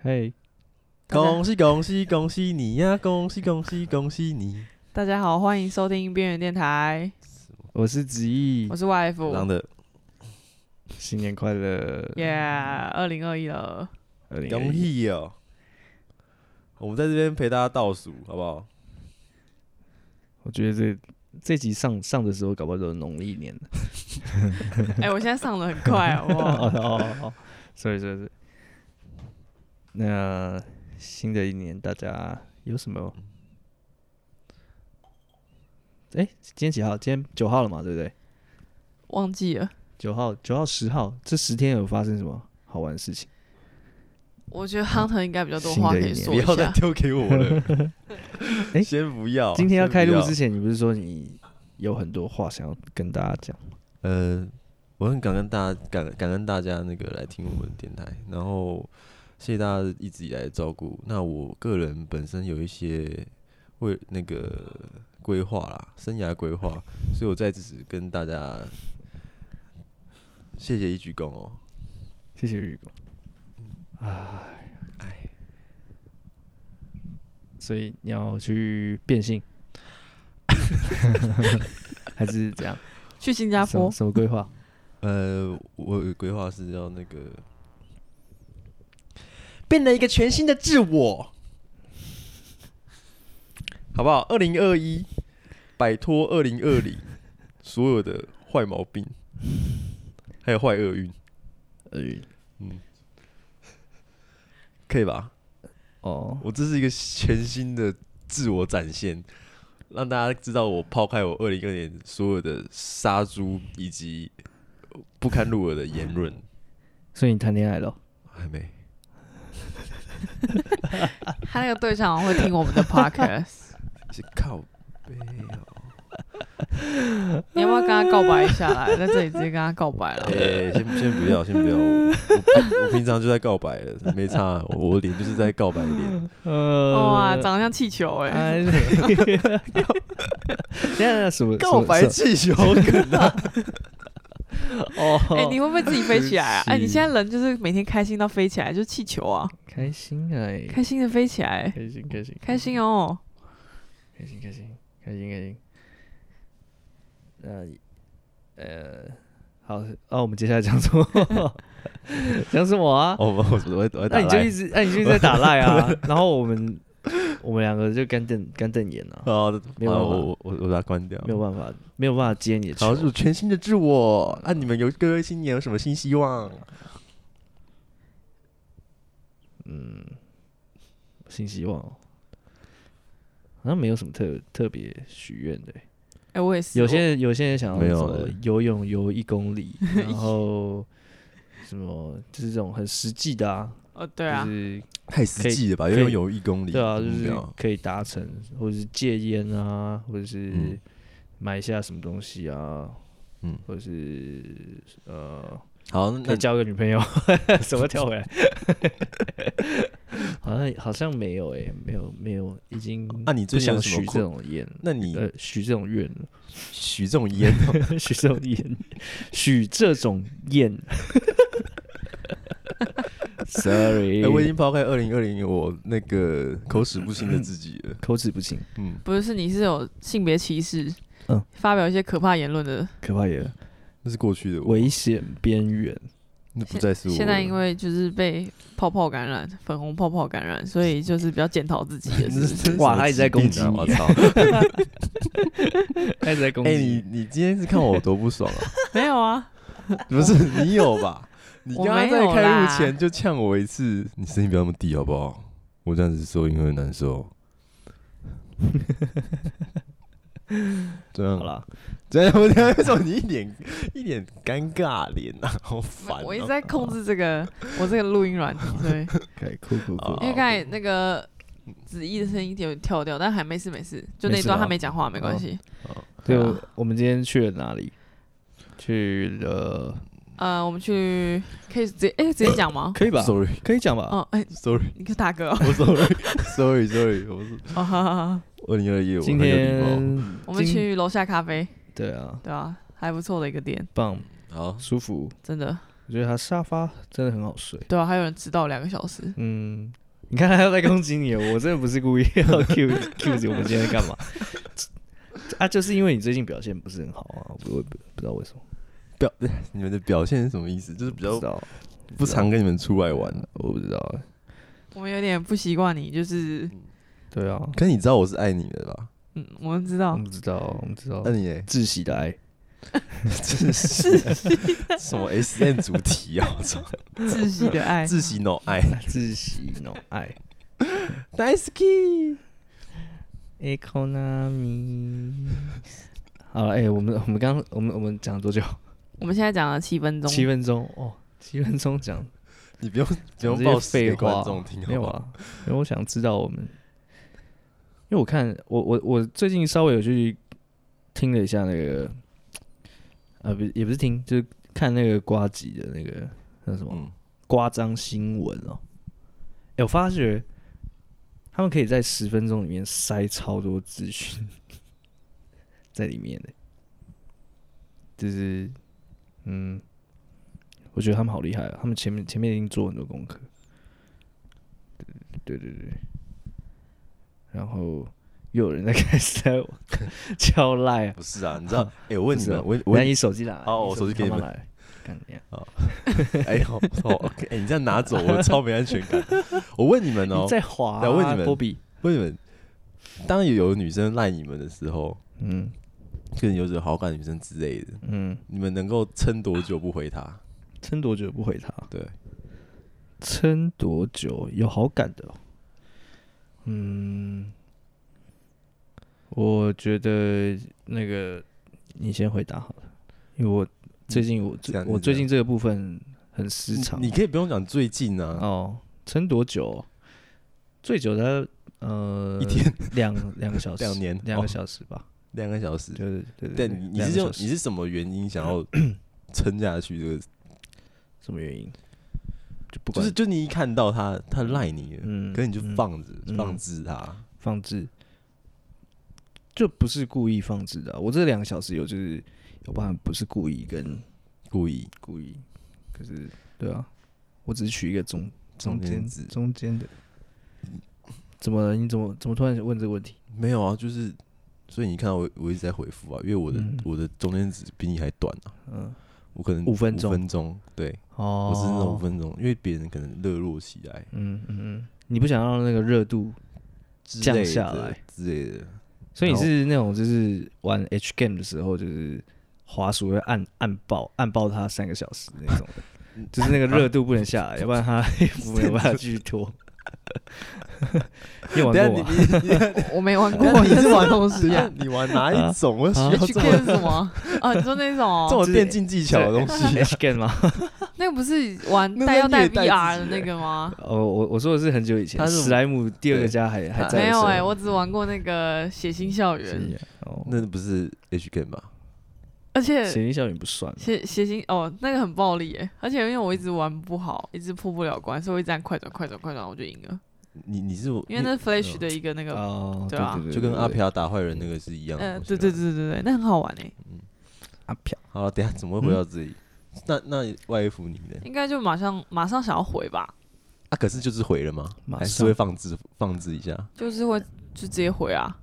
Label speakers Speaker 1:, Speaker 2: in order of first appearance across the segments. Speaker 1: 嘿，
Speaker 2: 大家
Speaker 3: 恭喜恭喜恭喜你呀、恭喜恭喜恭喜你！
Speaker 2: 大家好，欢迎收听边缘电台，
Speaker 1: 我是子毅
Speaker 2: 我，是 YF，
Speaker 3: 浪的
Speaker 1: 新年快乐！
Speaker 2: 耶，二零二一了，
Speaker 1: 二零
Speaker 3: 恭喜哦！我们在这边陪大家倒数，好不好？
Speaker 1: 我觉得这这集上上的时候，搞不好都是农历年了。
Speaker 2: 哎、我现在上的很快，好 不
Speaker 1: 哦
Speaker 2: 好？
Speaker 1: 哦哦，所以就是，那新的一年大家有什么？哎、今天几号？今天九号了嘛，对不对？
Speaker 2: 忘记了，
Speaker 1: 九号、九号、十号，这十天有发生什么好玩的事情？
Speaker 2: 我觉得 Hunter 应该比较多话可以
Speaker 1: 新。
Speaker 3: 不
Speaker 2: 说一
Speaker 3: 要再
Speaker 2: 下。
Speaker 3: 丢给我了
Speaker 1: 哎
Speaker 3: 先不要。
Speaker 1: 今天要
Speaker 3: 先不
Speaker 1: 开录之，前，你不是说你有很多话想要跟大家讲？
Speaker 3: 呃，我很感恩大家，感感恩大家那个来听我们的电台，然后谢谢大家一直以来的照顾。那我个人本身有一些为那个规划啦，生涯规划，所以我在此跟大家谢谢一鞠躬哦。
Speaker 1: 谢谢雨果。唉，所以你要去变 性，还是怎样？
Speaker 2: 去新加
Speaker 1: 什么
Speaker 2: 坡，
Speaker 1: 什么规划？
Speaker 3: 呃，我有规划是要那个
Speaker 4: 变了一个全新的自我。
Speaker 3: 好不好？二零二一摆脱二零二零所有的坏毛病，还有坏厄运，
Speaker 1: 呃，
Speaker 3: 嗯，可以吧？
Speaker 1: 哦，
Speaker 3: 我这是一个全新的自我展现，让大家知道我抛开我二零二年所有的杀猪以及不堪入耳的言论，哎
Speaker 1: 所以你谈恋爱了？
Speaker 3: 还没
Speaker 2: 他那个对象好像会听我们的 podcast，
Speaker 3: 是靠背哦。
Speaker 2: 你要不要跟他告白一下来？在这里直接跟他告白了
Speaker 3: 哎、。先先不要，先不要，我我我平常就在告白了，没差，我我脸就是在告白的脸。
Speaker 1: 呃
Speaker 2: 哇，长得像气球哎、
Speaker 1: 哎， 那什么
Speaker 3: 告白
Speaker 1: 什
Speaker 3: 气球梗 啊！
Speaker 1: 么哦？
Speaker 2: 哎、你会不会自己飞起来啊？
Speaker 1: 是
Speaker 2: 哎、你现在人就是每天开心到飞起来，就是气球啊，
Speaker 1: 开心哎，
Speaker 2: 开心的飞起来，
Speaker 1: 开心开心
Speaker 2: 开心哦。
Speaker 1: 开心开心开心开心。那呃，好，哦那、我们接下来讲什 么？讲什么啊？
Speaker 3: 哦，我我我我
Speaker 1: 那
Speaker 3: 我打
Speaker 1: 你就一
Speaker 3: 来。
Speaker 1: 直，那、你就一直在打赖 啊。然后我们我们两个就干瞪干瞪眼啊，
Speaker 3: 好，
Speaker 1: 没有
Speaker 3: 好
Speaker 1: 办法
Speaker 3: 我我我我把它关掉。
Speaker 1: 没有办法，没有办法接你的
Speaker 3: 好，
Speaker 1: 球
Speaker 3: 是。我全新的自我。那、你们有各位新年有什么新希望？
Speaker 1: 嗯，新希望、哦，好像没有什么特特别许愿的欸、
Speaker 2: 哎、我也是，
Speaker 1: 有些人有些人想要
Speaker 3: 没
Speaker 1: 什
Speaker 3: 有
Speaker 1: 么
Speaker 3: 欸
Speaker 1: 游泳游一公里， 然后什么就是这种很实际的啊，
Speaker 2: 我哦，对啊
Speaker 1: 就，是
Speaker 3: 太实际了吧？
Speaker 1: 可以
Speaker 3: 游泳有一公里，
Speaker 1: 对啊，就
Speaker 3: 目
Speaker 1: 是
Speaker 3: 标
Speaker 1: 可以达成，或者是戒烟啊，或者是
Speaker 3: 嗯
Speaker 1: 买下什么东西啊，
Speaker 3: 嗯
Speaker 1: 或者是呃，
Speaker 3: 好，那
Speaker 1: 可以交个女朋友， 什么跳回来？ 好像好像没有诶、没有没有，已经
Speaker 3: 那啊你
Speaker 1: 不
Speaker 3: 最近
Speaker 1: 想
Speaker 3: 有什
Speaker 1: 许
Speaker 3: 么
Speaker 1: 这
Speaker 3: 困？
Speaker 1: 种愿，
Speaker 3: 那你
Speaker 1: 呃，许这种愿了。
Speaker 3: 许这种烟哦，
Speaker 1: 许这种宴，许这种宴。Sorry，、
Speaker 3: 哎我已经抛开二零二零我那个口齿不清的自己了。
Speaker 1: 口齿不清，
Speaker 3: 嗯，
Speaker 2: 不是你是有性别歧视，
Speaker 1: 嗯
Speaker 2: 发表一些可怕言论的。
Speaker 1: 可怕也
Speaker 3: 那是过去的我，
Speaker 1: 危险边缘。
Speaker 3: 那不再是我了。
Speaker 2: 现在因为就是被泡泡感染，粉红泡泡感染，所以就是比较检讨自己的
Speaker 3: 这是
Speaker 2: 事。
Speaker 3: 这是
Speaker 1: 哇
Speaker 3: 什么
Speaker 1: 他一直在
Speaker 3: 疾病
Speaker 1: 攻击
Speaker 3: 啊
Speaker 1: 你
Speaker 3: 我操！
Speaker 1: 开始在攻
Speaker 3: 哎、你你今天是看我多不爽啊？
Speaker 2: 没有啊，
Speaker 3: 不是你有吧？你
Speaker 2: 我
Speaker 3: 刚刚
Speaker 2: 没
Speaker 3: 在
Speaker 2: 有
Speaker 3: 开
Speaker 2: 啦
Speaker 3: 录前就呛我一次，你声音不要那么低好不好？我这样子收音会很难受。这样
Speaker 1: 好，了，
Speaker 3: 这样我这样为什么你一脸一脸尴尬脸啊？好烦、啊！
Speaker 2: 我一直在控制这个 我这个录音软体，对，
Speaker 1: 可以酷酷
Speaker 3: 好啊
Speaker 1: 酷。
Speaker 2: 因为刚才那个子怡的声音有跳掉，但还没事没事，就那
Speaker 1: 没
Speaker 2: 一
Speaker 1: 事
Speaker 2: 段
Speaker 1: 啊
Speaker 2: 他没讲话，没关系。
Speaker 1: 对，
Speaker 2: 对啊
Speaker 1: 我我们今天去了哪里？去了，
Speaker 2: 呃，我们去可以直接哎、直接讲吗？
Speaker 1: 可 以吧
Speaker 3: Sorry，Sorry，Sorry，
Speaker 1: 可以讲吧？
Speaker 3: 啊
Speaker 2: 哦，哎、你个大哥哦，
Speaker 3: 我 Sorry，Sorry，Sorry，我是
Speaker 2: 哦好好 好
Speaker 3: 二零二一，我
Speaker 1: 今
Speaker 3: 很有礼
Speaker 1: 天
Speaker 2: 我们
Speaker 1: 今
Speaker 2: 去楼下咖啡，
Speaker 1: 对啊，
Speaker 2: 对吧、还不错的一个店，
Speaker 1: 棒，
Speaker 3: 貌。好，
Speaker 1: 舒服，
Speaker 2: 真的。
Speaker 1: 我觉得他沙发真的很好睡。
Speaker 2: 对啊，还有人迟到两个小时，
Speaker 1: 嗯，你看他又在攻击你了，我真的不是故意要 Q Q 我们今天在干嘛？啊，就是因为你最近表现不是很好啊，我我也不不知道为什么，
Speaker 3: 表你们的表现是什么意思？就是比
Speaker 1: 不知
Speaker 3: 较
Speaker 1: 道，
Speaker 3: 不常跟你们出来玩、啊。
Speaker 1: 我不知道。
Speaker 2: 我们有点不习惯你，就是
Speaker 1: 对啊，
Speaker 3: 可是你知道我是爱你的吧？
Speaker 2: 嗯，我们知道
Speaker 1: 我，们知道，我们知道
Speaker 3: 那，你嘞
Speaker 1: 窒息的爱，
Speaker 3: 真是什么 S N 主题啊！我操，
Speaker 2: 窒息的爱，
Speaker 3: 自喜脑爱
Speaker 1: 窒息脑 爱。
Speaker 3: ，nice key。
Speaker 1: Economy。好了，哎、我们我们刚我们我们讲了多久？
Speaker 2: 我们现在讲了七分钟，
Speaker 1: 七分钟哦，七分钟讲
Speaker 3: 你不用不
Speaker 1: 讲
Speaker 3: 用
Speaker 1: 这
Speaker 3: 报
Speaker 1: 些
Speaker 3: 死给
Speaker 1: 废话
Speaker 3: 观，众听
Speaker 1: 没
Speaker 3: 好
Speaker 1: 有
Speaker 3: 不好？
Speaker 1: 啊？因为我想知道我们，因为我看我我我最近稍微有去听了一下那个，呃，不是也不是听，就是看那个瓜吉的那个那什么、
Speaker 3: 嗯，
Speaker 1: 瓜张新闻哦。哎、我发觉他们可以在十分钟里面塞超多资讯 在里面的，就是嗯，我觉得他们好厉害、啊，他们前面前面已经做很多功课，对对对对，然后又有人在 开始在 敲赖啊，
Speaker 3: 不是啊，你知道？ 哎、我问你
Speaker 1: 不是啊
Speaker 3: 们，我
Speaker 1: 那
Speaker 3: 我
Speaker 1: 你手机啦，
Speaker 3: 哦我手机给你
Speaker 1: 们
Speaker 3: 们
Speaker 1: 来，干你啊！
Speaker 3: 哎呦，哦，OK，哎、你这样拿走，我超没安全 感。我问你们哦
Speaker 1: 你，在滑、啊，
Speaker 3: 来问你们
Speaker 1: 波比，
Speaker 3: 问你们，当有女生赖你们的时候，
Speaker 1: 嗯
Speaker 3: 跟你有有好感的女生之类的，
Speaker 1: 嗯，
Speaker 3: 你们能够撑多久不回她？
Speaker 1: 撑多久不回他？
Speaker 3: 对，
Speaker 1: 撑多久有好感的、哦？嗯，我觉得那个你先回答好了，因为我最近我
Speaker 3: 这样
Speaker 1: 我
Speaker 3: 是
Speaker 1: 最
Speaker 3: 这样
Speaker 1: 近这个部分很失
Speaker 3: 你
Speaker 1: 常。啊
Speaker 3: 你可以不用讲最近啊，
Speaker 1: 哦，撑多久哦、最久的呃
Speaker 3: 一天
Speaker 1: 两两个小时，
Speaker 3: 两年
Speaker 1: 两
Speaker 3: 哦
Speaker 1: 个小时吧。
Speaker 3: 两个小时。
Speaker 1: 对对对对
Speaker 3: 但
Speaker 1: 对
Speaker 3: 你你
Speaker 1: 两
Speaker 3: 是
Speaker 1: 个
Speaker 3: 用
Speaker 1: 小时
Speaker 3: 你是什么原因想要撑下去？这个
Speaker 1: 什么原因？就不
Speaker 3: 就
Speaker 1: 管
Speaker 3: 是就你一看到他，他赖你了，
Speaker 1: 嗯
Speaker 3: 可是你就
Speaker 1: 嗯
Speaker 3: 放着、
Speaker 1: 嗯
Speaker 3: 放置他。
Speaker 1: 放置，就不是故意放置的啊、我这两个小时有就是有包含不是故意跟
Speaker 3: 故意
Speaker 1: 故意，可是对啊，我只是取一个中中
Speaker 3: 中间
Speaker 1: 间
Speaker 3: 值
Speaker 1: 中间的。怎么了？你怎么怎么突然问这个问题？
Speaker 3: 没有啊，就是所以你看到我我一直在回复啊，因为我的、
Speaker 1: 嗯
Speaker 3: 我的中间值比你还短啊，
Speaker 1: 嗯，
Speaker 3: 我可能
Speaker 1: 五分钟
Speaker 3: 五分钟，对、
Speaker 1: 哦
Speaker 3: 我是那种五分钟，因为别人可能热络起来
Speaker 1: 嗯嗯嗯，你不想让那个热度，
Speaker 3: 之
Speaker 1: 降
Speaker 3: 类
Speaker 1: 下
Speaker 3: 的
Speaker 1: 来
Speaker 3: 之类的，
Speaker 1: 所以你
Speaker 3: 然后
Speaker 1: 是那种就是玩 H game 的时候，就是滑鼠会按按爆按爆它三个小时那种的，
Speaker 3: 嗯
Speaker 1: 就是那个热度不能下 来，要不然它衣服没有办法继续脱。 你有玩过啊吗？
Speaker 3: 等一下你你你
Speaker 2: 我没 玩过
Speaker 3: 那，你是
Speaker 2: 这种
Speaker 3: 玩
Speaker 2: 东西
Speaker 3: 等一
Speaker 2: 啊
Speaker 3: 下？你玩哪一
Speaker 1: 啊
Speaker 3: 种？我需要
Speaker 2: 去
Speaker 3: 这
Speaker 2: K
Speaker 3: 么
Speaker 2: 是什么？啊，你说那种
Speaker 3: 这
Speaker 2: 哦
Speaker 3: 种
Speaker 1: 就是
Speaker 3: 电竞技巧的东西、啊
Speaker 1: H？game 吗？
Speaker 2: 那个不是玩
Speaker 3: 那
Speaker 2: 带要带
Speaker 3: 那虐待自己
Speaker 2: VR 的那个吗？
Speaker 1: 哦，我我说的是很久以前，
Speaker 3: 他是
Speaker 1: 史莱姆第二个家还还
Speaker 3: 他
Speaker 1: 在的
Speaker 2: 没
Speaker 1: 时
Speaker 2: 有
Speaker 1: 候。
Speaker 2: 哎，我只玩过那个血腥校园，
Speaker 1: 是哦，
Speaker 3: 那不是 H game 吧？
Speaker 2: 而且
Speaker 1: 咸鱼效应不算啊嘛。
Speaker 2: 血血腥哦，那个很暴力哎，而且因为我一直玩不好，一直破不了关，所以我一直按快转快转快转，我就赢了。
Speaker 3: 你你是
Speaker 2: 因为那 Flash 的一个那个，
Speaker 1: 哦，
Speaker 2: 对啊
Speaker 1: 对对，
Speaker 3: 就跟阿
Speaker 1: 飘
Speaker 3: 飘打坏人那个是一样的
Speaker 2: 呃，
Speaker 3: 东西啊
Speaker 2: 对
Speaker 3: 吧。
Speaker 2: 对对对对，那很好玩哎，
Speaker 1: 阿飘，
Speaker 3: 好了，等一下怎么会回到这里？那那外衣服你呢？
Speaker 2: 应该就马上马上想要回吧，
Speaker 3: 啊，可是就是回了吗？
Speaker 1: 马
Speaker 3: 还是
Speaker 1: 上
Speaker 3: 会放置放置一下，
Speaker 2: 就是会就直接回啊，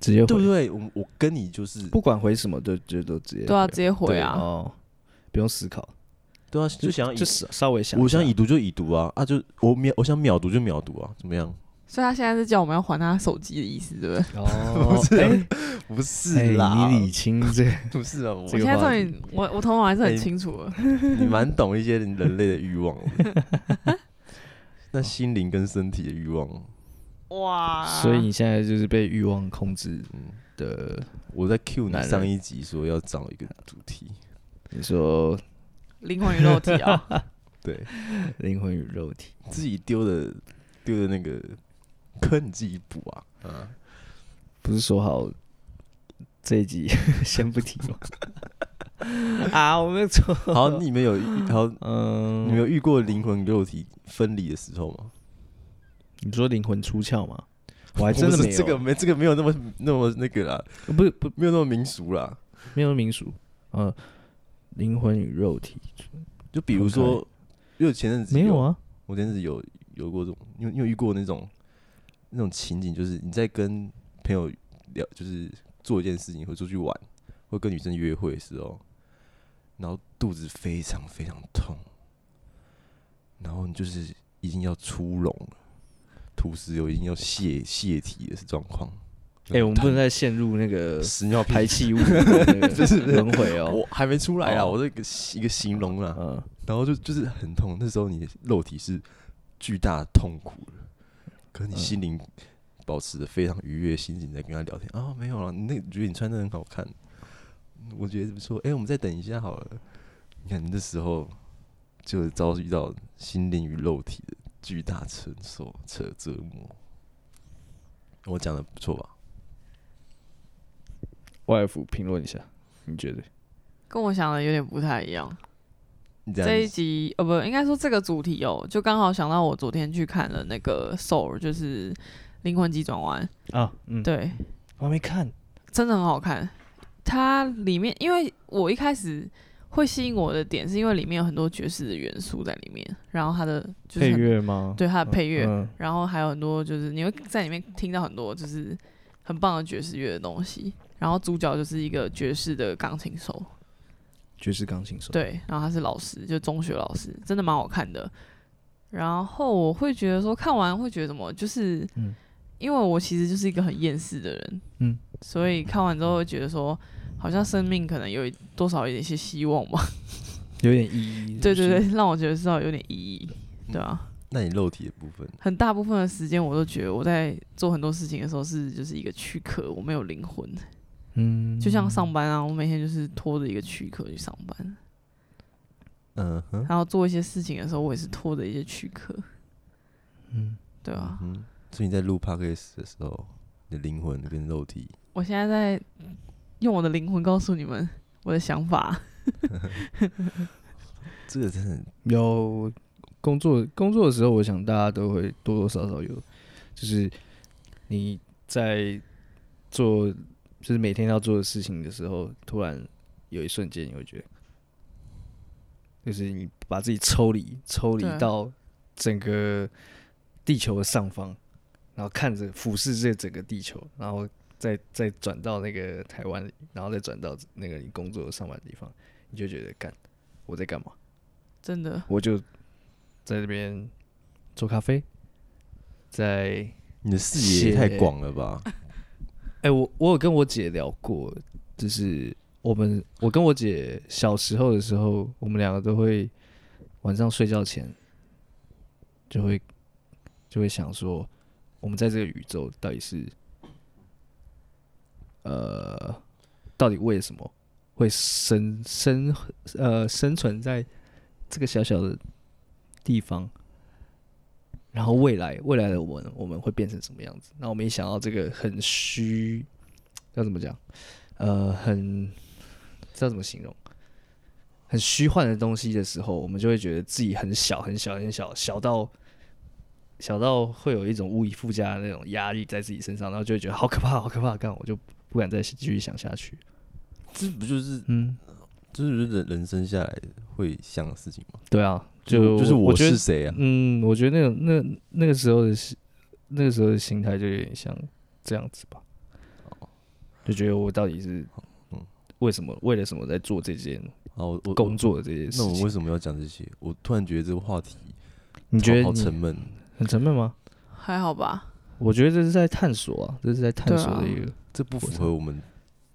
Speaker 1: 直接
Speaker 3: 对不
Speaker 1: 回，
Speaker 3: 对？我我跟你就是
Speaker 1: 不管回什么都就都直接
Speaker 2: 对啊，
Speaker 1: 回
Speaker 2: 直接回啊，
Speaker 1: 哦，不用思考，
Speaker 3: 对啊，就想要已
Speaker 1: 就稍稍微想一下，
Speaker 3: 我想已读就已读啊啊！就我秒我想秒读就秒读啊，怎么样？
Speaker 2: 所以他现在是叫我们要还他手机的意思，对不对？
Speaker 1: 哦，
Speaker 3: 不是
Speaker 1: 哎
Speaker 3: 不
Speaker 1: 哎
Speaker 3: 是啦，
Speaker 1: 你理清这个
Speaker 3: 不是啊，我
Speaker 1: 这
Speaker 2: 我
Speaker 1: 个
Speaker 2: 现在
Speaker 1: 话
Speaker 2: 终于，我我头脑还是很
Speaker 3: 哎
Speaker 2: 清楚了。
Speaker 3: 你蛮懂一些人类的欲望的， 那心灵跟身体的欲望，
Speaker 2: 哇！
Speaker 1: 所以你现在就是被欲望控制
Speaker 3: 嗯，
Speaker 1: 的。
Speaker 3: 我在 Q
Speaker 1: 男
Speaker 3: 你
Speaker 1: 人
Speaker 3: 上一集说要找一个主题，
Speaker 1: 你说
Speaker 2: 灵魂与肉体 啊，
Speaker 3: 对
Speaker 1: 灵魂与肉体，
Speaker 3: 自己丢的丢的那个坑你自己补啊，啊，
Speaker 1: 不是说好这一集 先不提吗？ 啊，我没有错。
Speaker 3: 好，你们有好，
Speaker 1: 嗯，
Speaker 3: 你们有遇过灵魂肉体分离的时候吗？
Speaker 1: 你说灵魂出窍吗？我还
Speaker 3: 不
Speaker 1: 真的
Speaker 3: 是
Speaker 1: 没有，啊
Speaker 3: 这个没这个没有那么那么那个啦，
Speaker 1: 呃不是不
Speaker 3: 没有那么民俗啦。
Speaker 1: 没有民俗，呃，灵魂与肉体，
Speaker 3: 就比如说，因为前阵子
Speaker 1: 没有，啊，
Speaker 3: 我前阵子有有过这种，因为因为遇过那种那种情景，就是你在跟朋友聊，就是做一件事情，或出去玩，或跟女生约会的时候，然后肚子非常非常痛，然后你就是已经要出笼了，吐石流已经要泄泄体的状况。
Speaker 1: 哎、我们不能再陷入那个
Speaker 3: 屎尿 屁
Speaker 1: 排气物的 那个轮回哦。
Speaker 3: 我还没出来啊，
Speaker 1: 哦
Speaker 3: 我这个一个形容啊，
Speaker 1: 嗯，
Speaker 3: 然后就就是很痛，那时候你的肉体是巨大的痛苦了，可是你
Speaker 1: 嗯
Speaker 3: 心灵保持着非常愉悦的心情在跟他聊天啊、没有了，你那觉得你穿的很好看，我觉得说，哎、我们再等一下好了。你看你那时候就遭遇到心灵与肉体的巨大承受扯折磨，我讲的不错吧？
Speaker 1: 外服评论一下，你觉得？
Speaker 2: 跟我想的有点不太一样。
Speaker 3: 你这
Speaker 2: 这一
Speaker 3: 样
Speaker 2: 集呃，不应该说这个主题哦，就刚好想到我昨天去看了那个《Soul》，就是《灵魂急转弯》，
Speaker 1: 啊，嗯，，
Speaker 2: 对，
Speaker 1: 我还没看。
Speaker 2: 真的很好看。它里面，因为我一开始会吸引我的点，是因为里面有很多爵士的元素在里面，然后它的就是
Speaker 1: 配
Speaker 2: 很
Speaker 1: 乐吗？
Speaker 2: 对它的配乐，
Speaker 1: 嗯，
Speaker 2: 然后还有很多就是你会在里面听到很多就是很棒的爵士乐的东西。然后主角就是一个爵士的钢琴手，
Speaker 1: 爵士钢琴手。，
Speaker 2: 对，然后他是老师，就中学老师，真的蛮好看的。然后我会觉得说，看完会觉得什么，就是、
Speaker 1: 嗯
Speaker 2: 因为我其实就是一个很厌世的人，
Speaker 1: 嗯，
Speaker 2: 所以看完之后会觉得说，好像生命可能有一多少有一些希望吧。
Speaker 1: 有点意义。
Speaker 2: 对对对，让我觉得至少有点意义，
Speaker 1: 嗯
Speaker 2: 对啊。
Speaker 3: 那你肉体的部分，
Speaker 2: 很大部分的时间，我都觉得我在做很多事情的时候是就是一个躯壳，我没有灵魂，
Speaker 1: 嗯，
Speaker 2: 就像上班啊，我每天就是拖着一个躯壳去上班，
Speaker 3: 嗯哼，
Speaker 2: 然后做一些事情的时候，我也是拖着一些躯壳，
Speaker 1: 嗯，
Speaker 2: 对啊，
Speaker 3: 嗯，所以你在录 podcast 的时候，你的灵魂跟肉体
Speaker 2: 我现在在用我的灵魂告诉你们我的想法，
Speaker 3: 这个真的
Speaker 1: 有工作工作的时候，我想大家都会多多少少有，就是你在做就是每天要做的事情的时候，突然有一瞬间你会觉得，就是你把自己抽离抽离
Speaker 2: 对
Speaker 1: 到整个地球的上方，然后看着俯视这整个地球，然后再再转到那个台湾，然后再转到那个你工作上班的地方，你就觉得干我在干嘛？
Speaker 2: 真的
Speaker 1: 我就在这边做咖啡，在
Speaker 3: 你的视野也太
Speaker 1: 写
Speaker 3: 广了吧？
Speaker 1: 哎、我我有跟我姐聊过，就是我们我跟我姐小时候的时候，我们两个都会晚上睡觉前就会就会想说，我们在这个宇宙到底是呃，到底为什么会生生呃生存在这个小小的地方？然后未来未来的我们，我们会变成什么样子？那我们一想到这个很虚，要怎么讲？呃，很知道怎么形容？很虚幻的东西的时候，我们就会觉得自己很小很小很小，小到小到会有一种无以复加的那种压力在自己身上，然后就会觉得好可怕，好可怕，干我就不敢再继续想下去。
Speaker 3: 这不就是
Speaker 1: 嗯，
Speaker 3: 就是人人生下来会想的事情吗？
Speaker 1: 对啊，就
Speaker 3: 就是
Speaker 1: 我
Speaker 3: 我
Speaker 1: 觉得
Speaker 3: 是谁啊？
Speaker 1: 嗯，我觉得那种那那个时候的心那个时候的心态就有点像这样子吧，就觉得我到底是
Speaker 3: 哦嗯
Speaker 1: 为什么为了什么在做这件
Speaker 3: 啊，我我
Speaker 1: 工作的这件事
Speaker 3: 那我
Speaker 1: 情？
Speaker 3: 为什么要讲这些？我突然觉得这个话题
Speaker 1: 你觉得
Speaker 3: 好好
Speaker 1: 你
Speaker 3: 沉闷，
Speaker 1: 很沉闷吗？
Speaker 2: 还好吧，
Speaker 1: 我觉得这是在探索啊，这是在探
Speaker 2: 对
Speaker 1: 索的
Speaker 2: 啊
Speaker 1: 一个。
Speaker 3: 这不符
Speaker 1: 我
Speaker 3: 合我们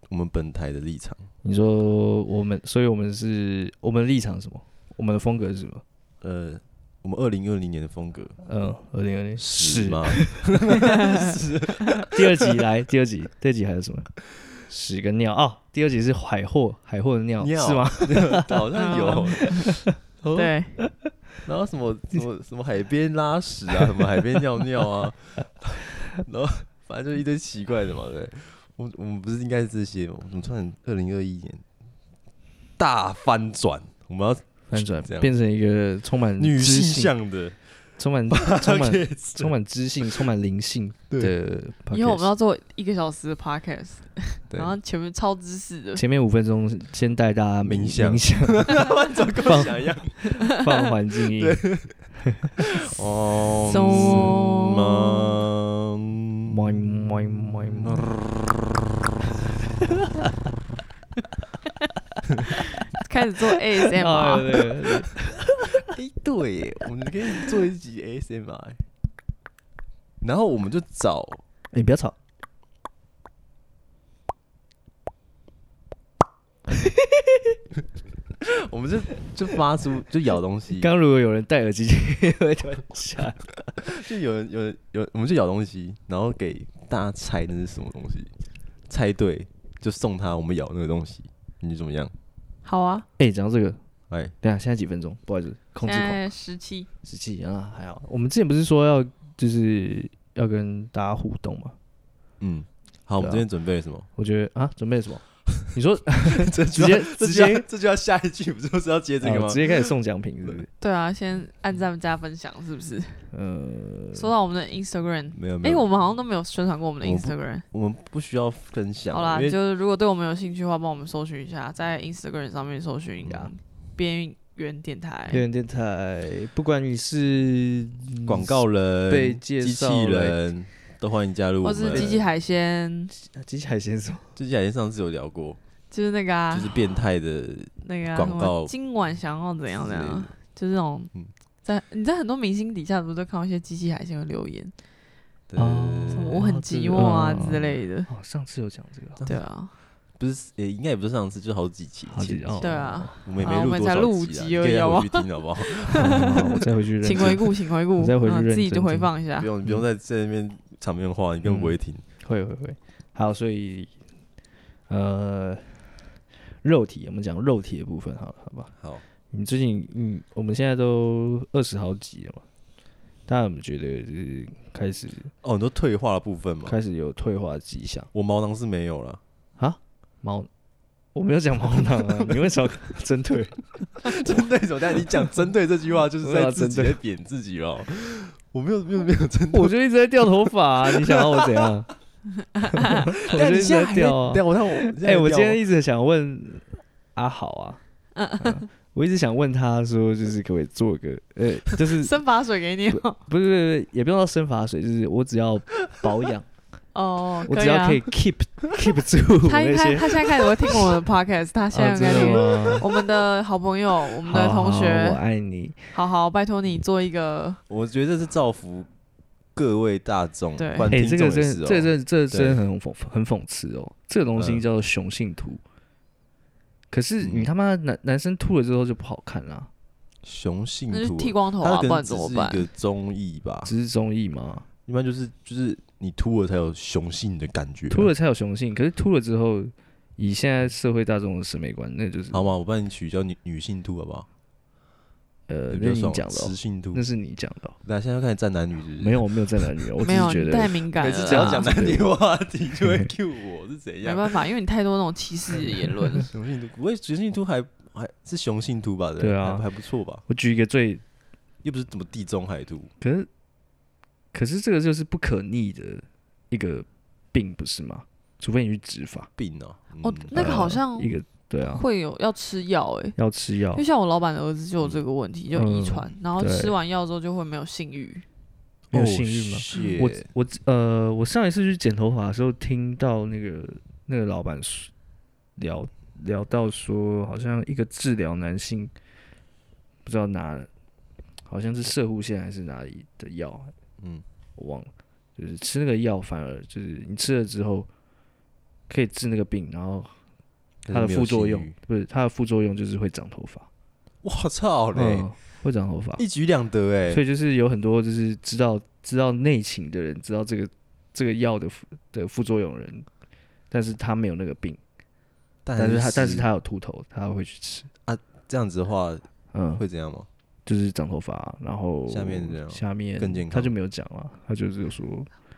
Speaker 3: 我们本台的立场。
Speaker 1: 你说我们，所以我们是我们的立场是什么？我们的风格是什么？
Speaker 3: 呃，我们二零二零年的风格
Speaker 1: 嗯，二零二零
Speaker 3: 屎 吗？
Speaker 1: 第二集来，第二集，第二集还有什么？屎跟尿哦，第二集是海货，海货的尿
Speaker 3: 尿
Speaker 1: 是吗？？
Speaker 3: 好像 有。哦，
Speaker 2: 对，
Speaker 3: 然后什么什么什么海边拉屎啊，什么海边尿尿啊， 然后反正就一堆奇怪的嘛，对。我我们不是应该是这些吗？我们突然二零二一年大翻转，我们要
Speaker 1: 翻转
Speaker 3: 这样
Speaker 1: 变成一个充满
Speaker 3: 女
Speaker 1: 嗯知
Speaker 3: 性向的
Speaker 1: 充满 充 满 充满知性、充满灵性的 podcast。
Speaker 2: 以后我们要做一个小时的 podcast，
Speaker 3: 对
Speaker 2: 然后前面超知识的，
Speaker 1: 前面五分钟先带大家
Speaker 3: 冥
Speaker 1: 想、
Speaker 3: 想
Speaker 1: 冥 想
Speaker 3: 跟想一样
Speaker 1: 放环境音。
Speaker 3: 哦
Speaker 2: 松
Speaker 1: moi moi moi moi
Speaker 2: 开始做
Speaker 1: 啊
Speaker 2: ASMR，
Speaker 1: 对对对
Speaker 3: 哎，对耶，我们可以做一集 ASMR，然后我们就找
Speaker 1: 你不要吵，
Speaker 3: 我们就就发出就咬东西，
Speaker 1: 刚刚如果有人戴耳机进去，会突然吓。
Speaker 3: 就有人有人有，我们就咬东西，然后给大家猜那是什么东西，猜对就送他我们咬那个东西，你怎么样？
Speaker 2: 好啊，
Speaker 1: 哎，讲到这个，
Speaker 3: 哎，
Speaker 1: 等一下现在几分钟？不好意思，控
Speaker 2: 现
Speaker 1: 制狂。
Speaker 2: 在十七，
Speaker 1: 十七啊，还好。我们之前不是说要就是要跟大家互动吗？
Speaker 3: 嗯，好，我
Speaker 1: 对啊
Speaker 3: 们今天准备了什么？
Speaker 1: 我觉得啊，准备了什么？你说 啊
Speaker 3: 这
Speaker 1: 直 接直接
Speaker 3: 这就要下一句，不是就是要接
Speaker 1: 啊直接开始送奖品是不是？
Speaker 2: 对啊，先按赞加分享是不是？
Speaker 1: 呃，
Speaker 2: 说到我们的 Instagram，
Speaker 3: 没有没
Speaker 2: 哎，
Speaker 3: 有，
Speaker 2: 我们好像都没有宣传过我们的
Speaker 3: 我不
Speaker 2: Instagram。
Speaker 3: 我们不需要分享，
Speaker 2: 好啦，
Speaker 3: 因为
Speaker 2: 就是如果对我们有兴趣的话，帮我们搜寻一下，在 Instagram 上面搜寻
Speaker 1: 嗯
Speaker 2: 边缘电台。
Speaker 1: 黑人电台，不管你是
Speaker 3: 广告人、
Speaker 1: 被介
Speaker 3: 机
Speaker 1: 绍
Speaker 3: 器
Speaker 1: 来
Speaker 3: 人都欢迎加入我
Speaker 2: 或
Speaker 3: 们。
Speaker 2: 是机器海鲜，
Speaker 1: 啊机器海鲜什么，
Speaker 3: 机器人上次有聊过，
Speaker 2: 就是那个啊，
Speaker 3: 就是变态的
Speaker 2: 那个啊
Speaker 3: 广
Speaker 2: 什么
Speaker 3: 告
Speaker 2: 今晚想要怎样
Speaker 3: 之
Speaker 2: 怎
Speaker 3: 类
Speaker 2: 样
Speaker 3: 的，
Speaker 2: 就是那种
Speaker 3: 嗯
Speaker 2: 在你在很多明星底下，不是都看到一些机器海鲜的留言，
Speaker 3: 对啊
Speaker 1: 哦
Speaker 2: 什
Speaker 1: 嗯
Speaker 2: 么我很寂寞啊之类的。
Speaker 1: 哦，上次有讲这 个，
Speaker 2: 对啊，
Speaker 3: 不是，也应该也不是上次，就是好几期
Speaker 1: 好几
Speaker 3: 前
Speaker 1: 哦，
Speaker 2: 对啊，
Speaker 3: 我们也
Speaker 2: 好
Speaker 3: 没
Speaker 2: 我
Speaker 3: 录
Speaker 2: 们
Speaker 3: 多
Speaker 2: 才
Speaker 3: 少
Speaker 2: 录
Speaker 3: 集啊，
Speaker 2: 集
Speaker 3: 你
Speaker 2: 而
Speaker 3: 可以
Speaker 2: 已
Speaker 3: 让
Speaker 2: 好
Speaker 3: 我
Speaker 2: 不
Speaker 3: 去听好 不好？
Speaker 1: 好我再回去认
Speaker 2: 请回
Speaker 1: 真，
Speaker 2: 顾，请回顾，
Speaker 1: 你再回去
Speaker 2: 嗯
Speaker 1: 认
Speaker 2: 自己
Speaker 1: 真
Speaker 2: 就回
Speaker 1: 听
Speaker 2: 放一下
Speaker 3: 不。用不用在这边场面话，你根
Speaker 2: 嗯
Speaker 3: 本不会听。
Speaker 1: 会会会。好，所以呃，肉体，我们讲肉体的部分好了，好吧？
Speaker 3: 好，
Speaker 1: 你最近，嗯，我们现在都二十好几了嘛，大家有没有觉得就是开始
Speaker 3: 哦，你说退化的部分嘛，
Speaker 1: 开始有退化的迹象？
Speaker 3: 我毛囊是没有 了，
Speaker 1: 毛，我没有讲毛囊 啊，你为什么针对？
Speaker 3: 针对什么？但你讲针对这句话，就是
Speaker 1: 我
Speaker 3: 在
Speaker 1: 要
Speaker 3: 自己
Speaker 1: 针对
Speaker 3: 在贬自己了。我没有没有没有 针对，
Speaker 1: 我就一直在掉头发、啊，你想要我怎样？我就
Speaker 3: 但
Speaker 1: 一
Speaker 3: 你
Speaker 1: 直
Speaker 3: 现在
Speaker 1: 在
Speaker 3: 还
Speaker 1: 掉啊
Speaker 3: 等一。下我让我现在
Speaker 1: 哎、我
Speaker 3: 掉
Speaker 1: 今天
Speaker 3: 吗
Speaker 2: 啊
Speaker 1: 一直想问阿好 啊，嗯我一直想问他说，就是可不可以做个，呃， 就是
Speaker 2: 生发水给你哦
Speaker 1: 不是不是，不是也不用到生发水，就是我只要保 养，
Speaker 2: 哦，
Speaker 1: 我
Speaker 2: 可
Speaker 1: 只
Speaker 2: 以
Speaker 1: 要
Speaker 2: 啊
Speaker 1: 可以。keep keep 住
Speaker 2: 他
Speaker 1: 那
Speaker 2: 应
Speaker 1: 些
Speaker 2: 该，。他现在开始会听我们的 podcast，他现
Speaker 1: 啊，真
Speaker 2: 在开
Speaker 1: 的
Speaker 2: 始。
Speaker 1: 吗？
Speaker 2: 我们的好朋友，我们的
Speaker 1: 好
Speaker 2: 同
Speaker 1: 好我
Speaker 2: 学，
Speaker 1: 爱你。
Speaker 2: 好好拜托你做一个
Speaker 3: 我觉得这是造福各位大众，
Speaker 2: 对
Speaker 3: 观
Speaker 1: 哎、
Speaker 3: 听
Speaker 1: 这
Speaker 3: 众
Speaker 1: 个
Speaker 3: 也
Speaker 1: 真
Speaker 3: 是
Speaker 1: 的，
Speaker 3: 哦。
Speaker 1: 这真的这
Speaker 3: 对
Speaker 1: 真的很讽很讽刺哦。这个东西
Speaker 3: 嗯
Speaker 1: 叫做雄性秃，可是
Speaker 3: 嗯
Speaker 1: 你他妈男男生秃了之后就不好看啦，
Speaker 3: 雄性
Speaker 2: 那就
Speaker 3: 秃
Speaker 2: 剃
Speaker 3: 啊，
Speaker 2: 光头
Speaker 3: 它
Speaker 2: 啊，
Speaker 3: 可
Speaker 2: 不
Speaker 3: 能
Speaker 2: 然
Speaker 3: 只
Speaker 2: 怎么
Speaker 3: 是
Speaker 2: 办
Speaker 3: 一？个综艺吧，
Speaker 1: 只是中意嘛，
Speaker 3: 一般就是就是你秃了才有雄性的感觉。啊
Speaker 1: 秃了，才有雄性，可是秃了之后，以现在社会大众的审美观，那就是
Speaker 3: 好嘛，我帮你取消女女性秃好不好？
Speaker 1: 呃，
Speaker 3: 比
Speaker 1: 那
Speaker 3: 较
Speaker 1: 是你
Speaker 3: 爽，
Speaker 1: 讲的、
Speaker 3: 雌
Speaker 1: 哦，
Speaker 3: 性秃
Speaker 1: 那。是你讲的、哦，
Speaker 3: 那现在要开始站男女是不是？
Speaker 1: 没有，我没有在男女，我只
Speaker 2: 没有，
Speaker 1: 是觉
Speaker 2: 你太
Speaker 1: 得啊
Speaker 2: 敏感
Speaker 3: 每
Speaker 2: 了
Speaker 3: 次
Speaker 2: 啦，
Speaker 3: 只要讲 男女话题就会 Q 我是怎
Speaker 2: 没
Speaker 3: 样？
Speaker 2: 办法，因为你太多那种歧视的言 论了。
Speaker 3: 雄性秃，不会雄性秃还还是雄性秃吧？
Speaker 1: 对啊
Speaker 3: 还还不错吧？
Speaker 1: 我举一个最，
Speaker 3: 又不是怎么地中海秃，
Speaker 1: 可是可是这个就是不可逆的一个病，不是吗？除非你去植发。
Speaker 3: 病啊！嗯
Speaker 2: 哦，那个好像
Speaker 1: 一个对啊，
Speaker 2: 会有要吃药哎，
Speaker 1: 要吃药
Speaker 2: 因为，像我老板的儿子就有这个问题，就遗
Speaker 1: 哦嗯
Speaker 2: 传，然后
Speaker 1: 对
Speaker 2: 吃完药之后就会没有性欲。
Speaker 1: 没有
Speaker 3: 哦
Speaker 1: 幸运吗？
Speaker 3: 吗
Speaker 1: 我我呃，我上一次去剪头发的时候，听到那个那个老板说聊聊到说，好像一个治疗男性不知道哪，好像是射护线还是哪里的药，
Speaker 3: 嗯，
Speaker 1: 我忘了，就是吃那个药反而就是你吃了之后可以治那个病，然后它的副作用不是它的副作用就是会长头发，
Speaker 3: 我操嘞
Speaker 1: 嗯，，会长头发，
Speaker 3: 一举两得哎、
Speaker 1: 所以就是有很多就是知道知道内情的人，知道这个这个药的副的副作用的人，但是他没有那个病，但是他但是他有秃头，他会去吃，
Speaker 3: 这样子的话
Speaker 1: 嗯，
Speaker 3: 会怎样吗？
Speaker 1: 就是长头发，然后
Speaker 3: 下面这样
Speaker 1: 下面
Speaker 3: 更健康
Speaker 1: 他就没有讲了，他就是有说，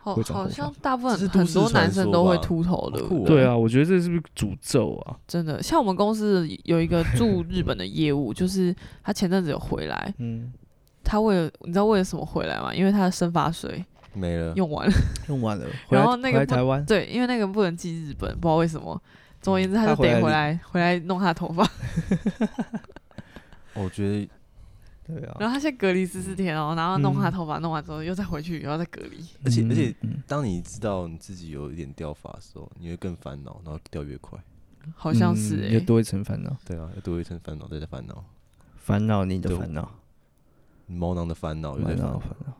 Speaker 2: 好
Speaker 1: 会，长
Speaker 2: 好
Speaker 1: 头发
Speaker 2: 像大部分
Speaker 3: 这是都
Speaker 2: 很
Speaker 3: 市
Speaker 2: 多
Speaker 3: 传
Speaker 2: 男生
Speaker 3: 说
Speaker 2: 都会
Speaker 3: 吧
Speaker 2: 秃头的
Speaker 3: 好，酷哦
Speaker 1: 对啊，我觉得这是不是诅咒啊？
Speaker 2: 真的。像我们公司有一个驻日本的业务，就是他前阵子有回来，
Speaker 1: 嗯，
Speaker 2: 他为了你知道为了什么回来吗？因为他的生发水
Speaker 3: 没了。
Speaker 2: 用完了，
Speaker 1: 用完了，回来
Speaker 2: 然后那
Speaker 1: 回
Speaker 2: 个
Speaker 1: 来
Speaker 2: 不
Speaker 1: 台湾，
Speaker 2: 对，因为那个不能寄日本，不知道为什么。总而言之，他
Speaker 1: 他
Speaker 2: 就
Speaker 1: 回来
Speaker 2: 得回来回来弄他的头发，
Speaker 3: 哦我觉得
Speaker 1: 对啊，
Speaker 2: 然后他先隔离十四天哦，然后弄他的头发，弄完之后又再回去，然后再隔离。
Speaker 3: 而且而且
Speaker 1: 嗯，嗯
Speaker 3: 当你知道你自己有一点掉发的时候，你会更烦恼，然后掉越快。
Speaker 2: 好像是
Speaker 1: 嗯
Speaker 2: 哎、
Speaker 1: 又多一层烦恼，
Speaker 3: 对啊，又多一层烦恼，再加烦恼，
Speaker 1: 烦恼你的
Speaker 3: 对
Speaker 1: 烦恼，
Speaker 3: 毛囊的烦恼又在
Speaker 1: 烦
Speaker 3: 烦
Speaker 1: 恼
Speaker 3: 恼。
Speaker 1: 烦恼。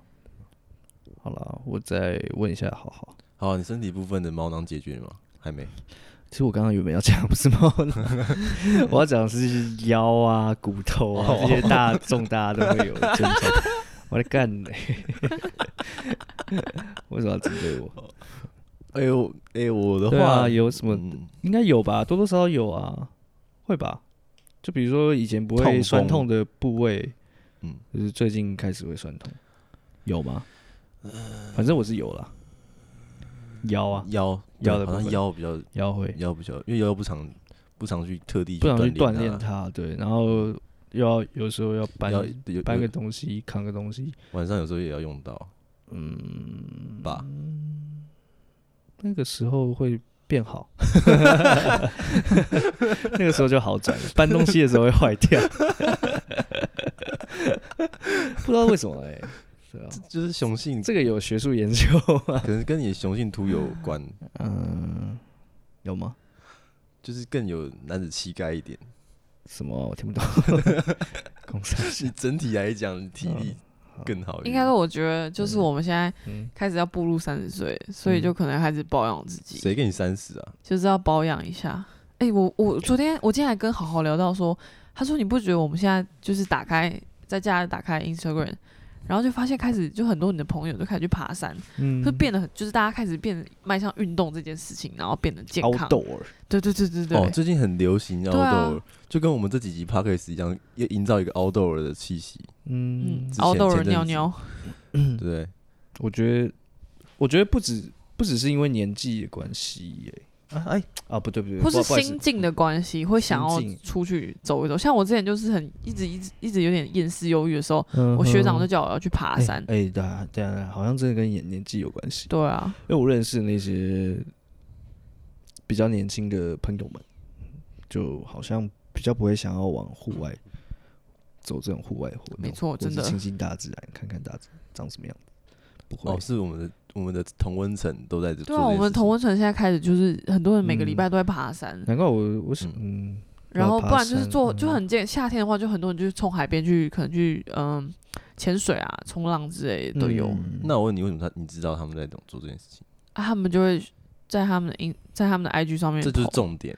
Speaker 1: 好了，我再问一下，好好。
Speaker 3: 好，你身体部分的毛囊解决了吗？还没。
Speaker 1: 其实我刚刚原本要讲不是猫啦， 我要讲的是腰啊、骨头啊这些大众大家都会有的症状。我在干 呢、为什么要针对我？
Speaker 3: 哎呦，哎呦，我的
Speaker 1: 对
Speaker 3: 话、
Speaker 1: 啊，有什么
Speaker 3: 嗯
Speaker 1: 应该有吧，多多少少有啊，会吧？就比如说以前不
Speaker 3: 痛
Speaker 1: 会
Speaker 3: 风
Speaker 1: 酸痛的部位，
Speaker 3: 嗯
Speaker 1: 就是最近开始会酸痛，有吗？反正我是有啦，腰啊，
Speaker 3: 腰
Speaker 1: 腰
Speaker 3: 对
Speaker 1: 的部
Speaker 3: 好像
Speaker 1: 分
Speaker 3: 腰比较
Speaker 1: 腰会，
Speaker 3: 腰比较，因为腰不常不常去特地
Speaker 1: 不想去锻
Speaker 3: 锻
Speaker 1: 炼
Speaker 3: 它，
Speaker 1: 它，对，然后又要有时啊候要搬
Speaker 3: 腰有
Speaker 1: 搬
Speaker 3: 有
Speaker 1: 个东西，扛个东西，
Speaker 3: 晚上有时候也要用到，嗯吧。
Speaker 1: 那个时候会变好， 那个时候就好转了。搬东西的时候会坏掉， 不知道为什么哎、 对啊，
Speaker 3: 就是雄性，
Speaker 1: 这个有学术研究吗？
Speaker 3: 可能跟你雄性秃有关，
Speaker 1: 嗯，有吗？
Speaker 3: 就是更有男子气概一点。
Speaker 1: 什么啊我听不懂， 公司
Speaker 3: 你整体来讲，体力
Speaker 1: 好
Speaker 3: 更嗯好一点。
Speaker 2: 应该说，我觉得就是我们现在
Speaker 1: 嗯，
Speaker 2: 开始要步入三十岁，所以就可能开始保养自己，
Speaker 3: 谁跟你三十啊？
Speaker 2: 就是要保养一下。哎、我我昨天我今天还跟好好聊到说，他说你不觉得我们现在就是打开在家里打开 Instagram，然后就发现开始就很多你的朋友就开始去爬山，
Speaker 1: 嗯
Speaker 2: 就变得很就是大家开始变得迈向运动这件事情，然后变得健康。
Speaker 1: outdoor，
Speaker 2: 对对对对对，
Speaker 3: 哦，最近很流行
Speaker 2: 对啊
Speaker 3: outdoor，、就跟我们这几集 podcast 一样，要营造一个 outdoor 的气息，
Speaker 1: 嗯
Speaker 2: 嗯，
Speaker 3: 之前
Speaker 2: 熬豆人
Speaker 3: 前阵子
Speaker 2: 尿尿，嗯
Speaker 3: 对不对？
Speaker 1: 我觉得，我觉得不止不只是因为年纪的关系、欸，哎、啊、哎啊，不对不对，
Speaker 2: 或
Speaker 1: 不
Speaker 2: 是
Speaker 1: 好意思
Speaker 2: 心境的关系，会想要
Speaker 1: 心境
Speaker 2: 出去走一走。像我之前就是很一直一直一直有点厌世忧郁的时候，
Speaker 1: 嗯
Speaker 2: 我学长
Speaker 1: 哼
Speaker 2: 就叫我要去爬山。
Speaker 1: 哎、对啊，对啊，好像真的跟年年纪有关系。
Speaker 2: 对啊，
Speaker 1: 因为我认识的那些比较年轻的朋友们，就好像比较不会想要往户外走这种户外活动，
Speaker 2: 没错
Speaker 1: 或是
Speaker 2: 真的
Speaker 1: 亲近大自然，看看大自然长什么样子，不会。
Speaker 3: 哦，是我们的我们的同温层都在这做
Speaker 2: 对
Speaker 3: 这
Speaker 2: 啊，
Speaker 3: 件事情。
Speaker 2: 我们同温层现在开始就是很多人每个礼
Speaker 1: 嗯
Speaker 2: 拜都在爬山，
Speaker 1: 难怪我我想，嗯，
Speaker 2: 然后
Speaker 1: 爬
Speaker 2: 不然就是
Speaker 1: 山
Speaker 2: 做就
Speaker 1: 嗯
Speaker 2: 很健，夏天的话就很多人就冲海边去，可能去嗯潜水啊、冲浪之类的都有、
Speaker 1: 嗯
Speaker 3: 那我问你，为什么他你知道他们在懂做这件事情？
Speaker 2: 啊，他们就会在他们的 in 在他们的 IG 上面
Speaker 3: 这就是
Speaker 2: po
Speaker 3: 重点，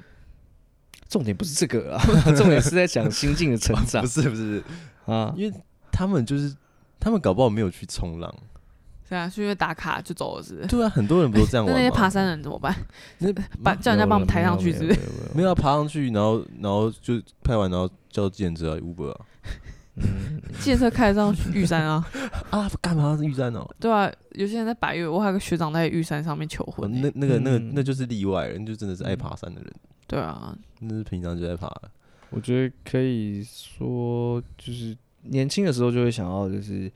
Speaker 1: 重点不是这个啊， 重点是在讲心境的成长
Speaker 3: 哦不是不是，
Speaker 1: 啊。
Speaker 3: 因为他们就是他们搞不好没有去冲浪，
Speaker 2: 对啊，是因为打卡就走了是不是。
Speaker 3: 对啊，很多人不都这样
Speaker 2: 那
Speaker 3: 玩
Speaker 2: 那
Speaker 3: 吗？
Speaker 2: 些爬山人怎么办？
Speaker 3: 嗯那
Speaker 2: 把叫人家帮我们抬上去，是不是？
Speaker 1: 是
Speaker 3: 没有啊爬上去，然后然后就拍完，然后叫计程车啊 Uber 啊
Speaker 2: 借车开上去玉山啊？
Speaker 3: 啊，干嘛是玉山哦？
Speaker 2: 对啊，有些人在百越，我还有个学长在玉山上面求
Speaker 3: 我
Speaker 2: 婚欸、
Speaker 3: 哦那那个那个
Speaker 1: 嗯
Speaker 3: 那就是例外了，那就真的是爱爬山的人，
Speaker 2: 对啊，
Speaker 3: 那是平常就在爬了。
Speaker 1: 我觉得可以说，就是年轻的时候就会想要，就是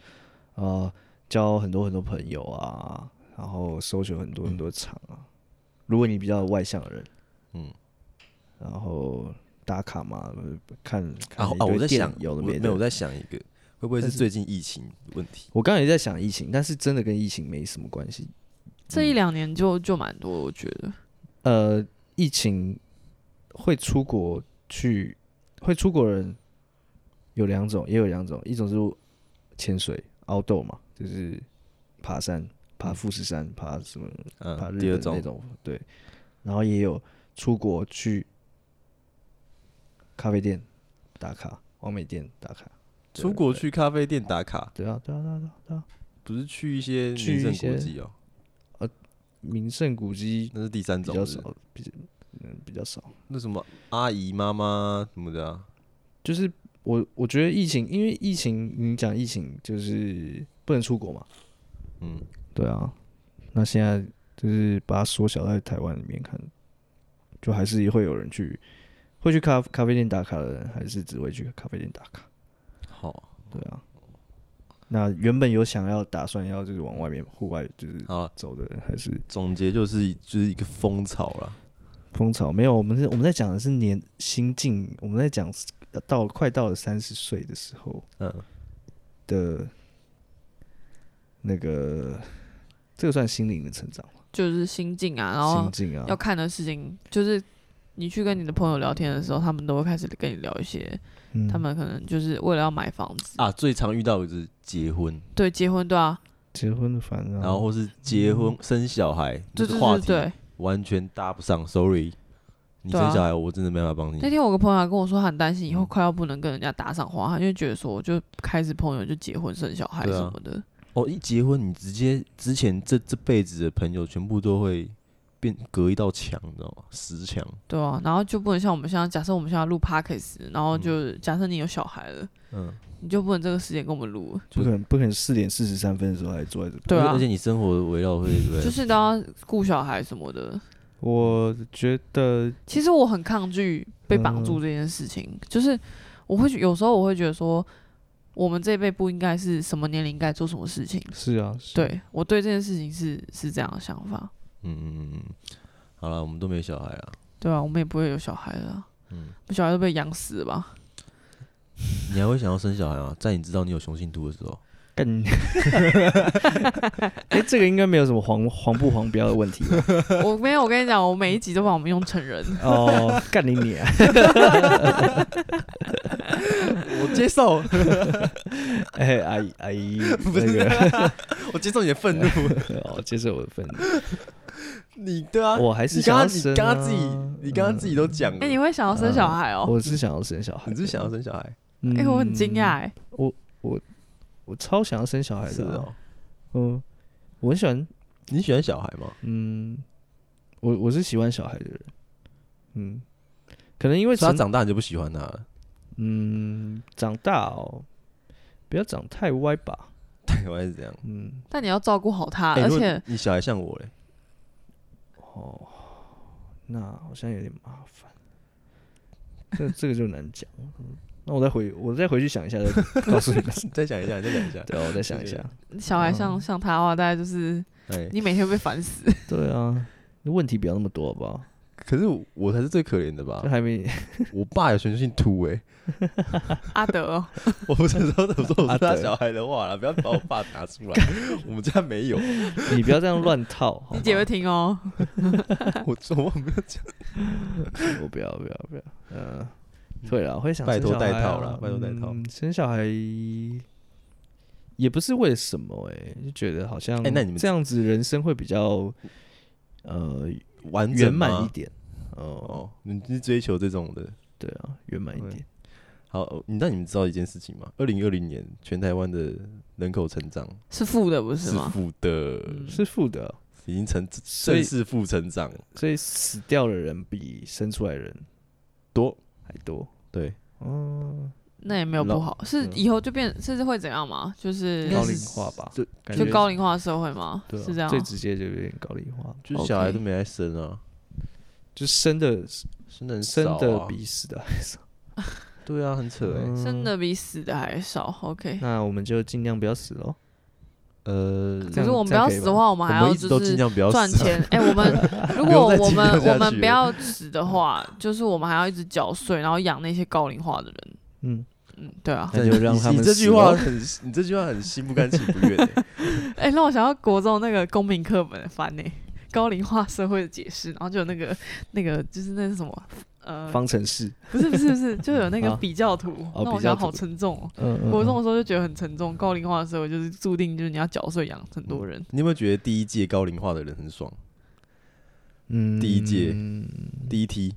Speaker 1: 呃，交很多很多朋友啊，然后搜求很多很多场啊。如果你比较外向的人，
Speaker 3: 嗯，
Speaker 1: 然后打卡嘛，看看
Speaker 3: 啊
Speaker 1: 一
Speaker 3: 啊，我
Speaker 1: 堆
Speaker 3: 在
Speaker 1: 电
Speaker 3: 想
Speaker 1: 影，有的
Speaker 3: 我
Speaker 1: 没
Speaker 3: 没有，我
Speaker 1: 的。
Speaker 3: 在想一个，会不会是
Speaker 1: 但是
Speaker 3: 最近疫情问题？
Speaker 1: 我刚才也在想疫情，但是真的跟疫情没什么关系。
Speaker 2: 这
Speaker 3: 嗯
Speaker 2: 一两年就就蛮多，我觉得。
Speaker 1: 呃，疫情会出国去，会出国的人有两种，也有两种，一种是潜水 outdoor 嘛，就是爬山，爬富士山，爬什么，爬
Speaker 3: 嗯，第
Speaker 1: 日
Speaker 3: 二
Speaker 1: 本那
Speaker 3: 种
Speaker 1: 种，对。然后也有出国去咖啡店打卡，完美店打卡，对
Speaker 3: 出国去咖啡店打卡，
Speaker 1: 对啊，对啊，对啊，对啊对啊，
Speaker 3: 不是去一些
Speaker 1: 去
Speaker 3: 名胜
Speaker 1: 一些
Speaker 3: 国际哦，
Speaker 1: 名胜古迹
Speaker 3: 那是第三
Speaker 1: 比
Speaker 3: 种
Speaker 1: 较
Speaker 3: 是不是
Speaker 1: 少，比较嗯比较少。
Speaker 3: 那什么阿姨妈妈什么的啊，
Speaker 1: 就是我我觉得疫情，因为疫情，你讲疫情就是不能出国嘛，
Speaker 3: 嗯，
Speaker 1: 对啊，那现在就是把它缩小在台湾里面看，就还是会有人去会去咖咖啡店打卡的人，还是只会去咖啡店打卡，
Speaker 3: 好，
Speaker 1: 对啊，那原本有想要打算要就是往外面户外就是
Speaker 3: 好了，
Speaker 1: 走的人，还是
Speaker 3: 总结就是就是一个风潮了。
Speaker 1: 风潮没有？我们是我们在讲的是年心境，我们在讲呃到快到了三十岁的时候
Speaker 3: 嗯，
Speaker 1: 的，那个这个算心灵的成长吗
Speaker 2: 就是心境啊，然后
Speaker 1: 心境啊
Speaker 2: 要，看的事情，就是你去跟你的朋友聊天的时候，他们都会开始跟你聊一些，
Speaker 1: 嗯
Speaker 2: 他们可能就是为了要买房子，
Speaker 3: 啊，最常遇到的就是结婚，
Speaker 2: 对，结婚，对啊，
Speaker 1: 结婚的烦恼，啊
Speaker 3: 然后或是结
Speaker 1: 嗯
Speaker 3: 婚生小孩，这
Speaker 2: 对对
Speaker 3: 个
Speaker 2: 对
Speaker 3: 话
Speaker 2: 对
Speaker 3: 题嗯
Speaker 2: 对。
Speaker 3: 完全搭不上，sorry。你
Speaker 2: 对
Speaker 3: 生
Speaker 2: 啊
Speaker 3: 小孩，我真的没办法帮你
Speaker 2: 那。天我个朋友还跟我说，他很担心以后快要不能跟人家搭上话，他就觉得说，我就开始朋友就结婚生小孩
Speaker 3: 对啊
Speaker 2: 什么的，
Speaker 3: 哦，一结婚，你直接之前这这辈子的朋友全部都会变隔一道墙，你知道吗？石墙。
Speaker 2: 对啊，然后就不能像我们现在，假设我们现在录 podcast，然后就假设你有小孩了，
Speaker 3: 嗯，
Speaker 2: 你就不能这个时间跟我们录，
Speaker 1: 不可能不可能四点四十三分的时候还坐在这边。
Speaker 2: 对啊
Speaker 3: 而且你生活围绕会对不对？
Speaker 2: 就是都要顾小孩什么的。
Speaker 1: 我觉得
Speaker 2: 其实我很抗拒被绑住这件事情，
Speaker 3: 嗯
Speaker 2: 就是我会觉有时候我会觉得说，我们这一辈不应该是什么年龄该做什么事情。
Speaker 1: 是啊，是
Speaker 2: 对我对这件事情是是这样的想法，
Speaker 3: 嗯嗯嗯嗯，好了，我们都没有小孩了。
Speaker 2: 对啊，我们也不会有小孩了啊，
Speaker 3: 嗯，
Speaker 2: 我小孩都被养死了吧？
Speaker 3: 你还会想要生小孩吗？在你知道你有雄性秃的时候，
Speaker 1: 干 你。哎、这个应该没有什么黄黄不黄标的问题吧。
Speaker 2: 我没有，我跟你讲，我每一集都把我们用成人，
Speaker 1: 哦， 干你你啊！
Speaker 3: 我接 受，
Speaker 1: 哎、阿姨阿 姨，那个
Speaker 3: 我接受你的愤 怒。
Speaker 1: 哦，接受我的愤怒。
Speaker 3: 你对啊，
Speaker 1: 我还是
Speaker 3: 你
Speaker 1: 想
Speaker 3: 刚
Speaker 1: 要生、啊嗯
Speaker 3: 刚你刚刚自己，你刚刚自己都讲了，
Speaker 2: 哎、你会想要生小孩哦、
Speaker 1: 我是想要生小孩，
Speaker 3: 你是啊想要生小孩？
Speaker 1: 嗯？
Speaker 2: 哎、我很惊讶、哎，
Speaker 1: 我超想要生小孩
Speaker 3: 是
Speaker 1: 的、啊。
Speaker 3: 哦，
Speaker 1: 嗯，我很喜欢，
Speaker 3: 你喜欢小孩吗？
Speaker 1: 嗯，我我是喜欢小孩的人，嗯，可能因为
Speaker 3: 所以
Speaker 1: 成
Speaker 3: 他长大你就不喜欢他了，
Speaker 1: 嗯长大哦，不要长太歪吧，
Speaker 3: 对，我也是这样。
Speaker 1: 嗯，
Speaker 2: 但你要照顾好他，
Speaker 3: 哎
Speaker 2: 啊而
Speaker 3: 如果
Speaker 2: 且
Speaker 3: 你小孩像我嘞，
Speaker 1: 哦，那好像有点麻烦，这这个就难讲。嗯那我再回，我再回去想一 下，再告诉你们。
Speaker 3: 你再讲一下，你再讲一下。
Speaker 1: 对啊，我再想一下。
Speaker 2: 小孩像、像他的话，大概就是
Speaker 3: 哎，
Speaker 2: 你每天会被烦死。
Speaker 1: 对啊，问题不要那么多，好不好？
Speaker 3: 可是我我才是最可怜的吧
Speaker 1: 这？还没
Speaker 3: 我爸有雄性秃哎，
Speaker 2: 阿德 哦、
Speaker 3: 我不是说我说我
Speaker 1: 啊
Speaker 3: 是他
Speaker 1: 对
Speaker 3: 小孩的话了，不要把我爸拿出来，我们家没有，
Speaker 1: 你不要这样乱 套，好
Speaker 2: 你姐
Speaker 1: 吗
Speaker 2: 会听哦、
Speaker 3: 我我没有讲。
Speaker 1: 我 不要，不要，不要。呃，对了，会想
Speaker 3: 嗯拜
Speaker 1: 生
Speaker 3: 托
Speaker 1: 小
Speaker 3: 戴
Speaker 1: 孩
Speaker 3: 套
Speaker 1: 啊
Speaker 3: 啦拜托戴套
Speaker 1: 嗯生小孩也不是为了什么、欸，哎，就觉得好像，
Speaker 3: 哎那你们
Speaker 1: 这样子人生会比较呃
Speaker 3: 完整
Speaker 1: 圆满
Speaker 3: 吗
Speaker 1: 一点。哦，
Speaker 3: 哦，你是追求这种的。
Speaker 1: 对啊，圆满一
Speaker 3: 对
Speaker 1: 点。
Speaker 3: 好，哦你那你们知道一件事情吗？二零二零年全台湾的人口成长
Speaker 2: 是负的不是
Speaker 3: 是
Speaker 2: 吗？
Speaker 3: 负的，
Speaker 2: 嗯
Speaker 1: 是负的，啊
Speaker 3: 已经成
Speaker 1: 所以
Speaker 3: 正式负成长
Speaker 1: 所以死掉的人比生出来的人
Speaker 3: 多。
Speaker 1: 还多。
Speaker 3: 对，
Speaker 1: 哦，
Speaker 2: 那也没有不
Speaker 1: 老嗯
Speaker 2: 好，是以后就变是会怎样吗？就是
Speaker 3: 应该
Speaker 1: 高
Speaker 3: 是
Speaker 1: 龄化吧，
Speaker 3: 就
Speaker 1: 感
Speaker 2: 就
Speaker 1: 觉
Speaker 2: 高龄化社会吗？
Speaker 1: 对啊
Speaker 2: 是这样
Speaker 1: 最
Speaker 2: 吗。
Speaker 1: 直接就有点高龄化，
Speaker 3: 就是小孩
Speaker 2: OK
Speaker 3: 都没来生啊，
Speaker 1: 就生的
Speaker 3: 生的很
Speaker 1: 生
Speaker 3: 少啊
Speaker 1: 的比死的还少。
Speaker 3: 对啊，很扯
Speaker 1: 嗯
Speaker 3: 哎。
Speaker 2: 生的比死的还少，OK。
Speaker 1: 那我们就尽量不要死喽。
Speaker 3: 呃，
Speaker 1: 这
Speaker 2: 可是
Speaker 1: 样
Speaker 2: 我们
Speaker 1: 这
Speaker 2: 不
Speaker 1: 样
Speaker 2: 要
Speaker 1: 可以
Speaker 2: 死
Speaker 1: 吧
Speaker 2: 的话，我们还
Speaker 3: 我
Speaker 2: 要
Speaker 3: 们一直
Speaker 2: 就
Speaker 3: 都尽
Speaker 2: 是
Speaker 3: 量不要
Speaker 2: 赚
Speaker 3: 死啊。
Speaker 2: 钱。哎、我们如果
Speaker 3: 不用再
Speaker 2: 我
Speaker 3: 尽量下
Speaker 2: 们
Speaker 3: 去
Speaker 2: 我们不
Speaker 3: 了
Speaker 2: 要死的话，就是我们还要一直缴税，然后养那些高龄化的人。
Speaker 1: 嗯，
Speaker 2: 嗯，对啊。
Speaker 1: 那就让他
Speaker 3: 你
Speaker 1: 们
Speaker 3: 你这句
Speaker 1: 死
Speaker 3: 话
Speaker 1: 咯
Speaker 3: 很，你这句话很心不甘情不愿欸。
Speaker 2: 哎、让我想到国中那个公民课本的翻呢、高龄化社会的解释，然后就有那个那个就是那是什么呃，
Speaker 1: 方程式，
Speaker 2: 不是不是不是，就有那个
Speaker 1: 啊
Speaker 2: 比较图，
Speaker 1: 哦
Speaker 2: 那我
Speaker 1: 比较
Speaker 2: 想
Speaker 1: 图
Speaker 2: 好沉重、哦。
Speaker 1: 嗯
Speaker 2: 国中的时候就觉得很沉重，高龄化的时候就是注定就是你要缴税养很多人。
Speaker 3: 你有没有觉得第一届高龄化的人很爽？
Speaker 1: 嗯
Speaker 3: 第一届
Speaker 1: 嗯
Speaker 3: 第一梯，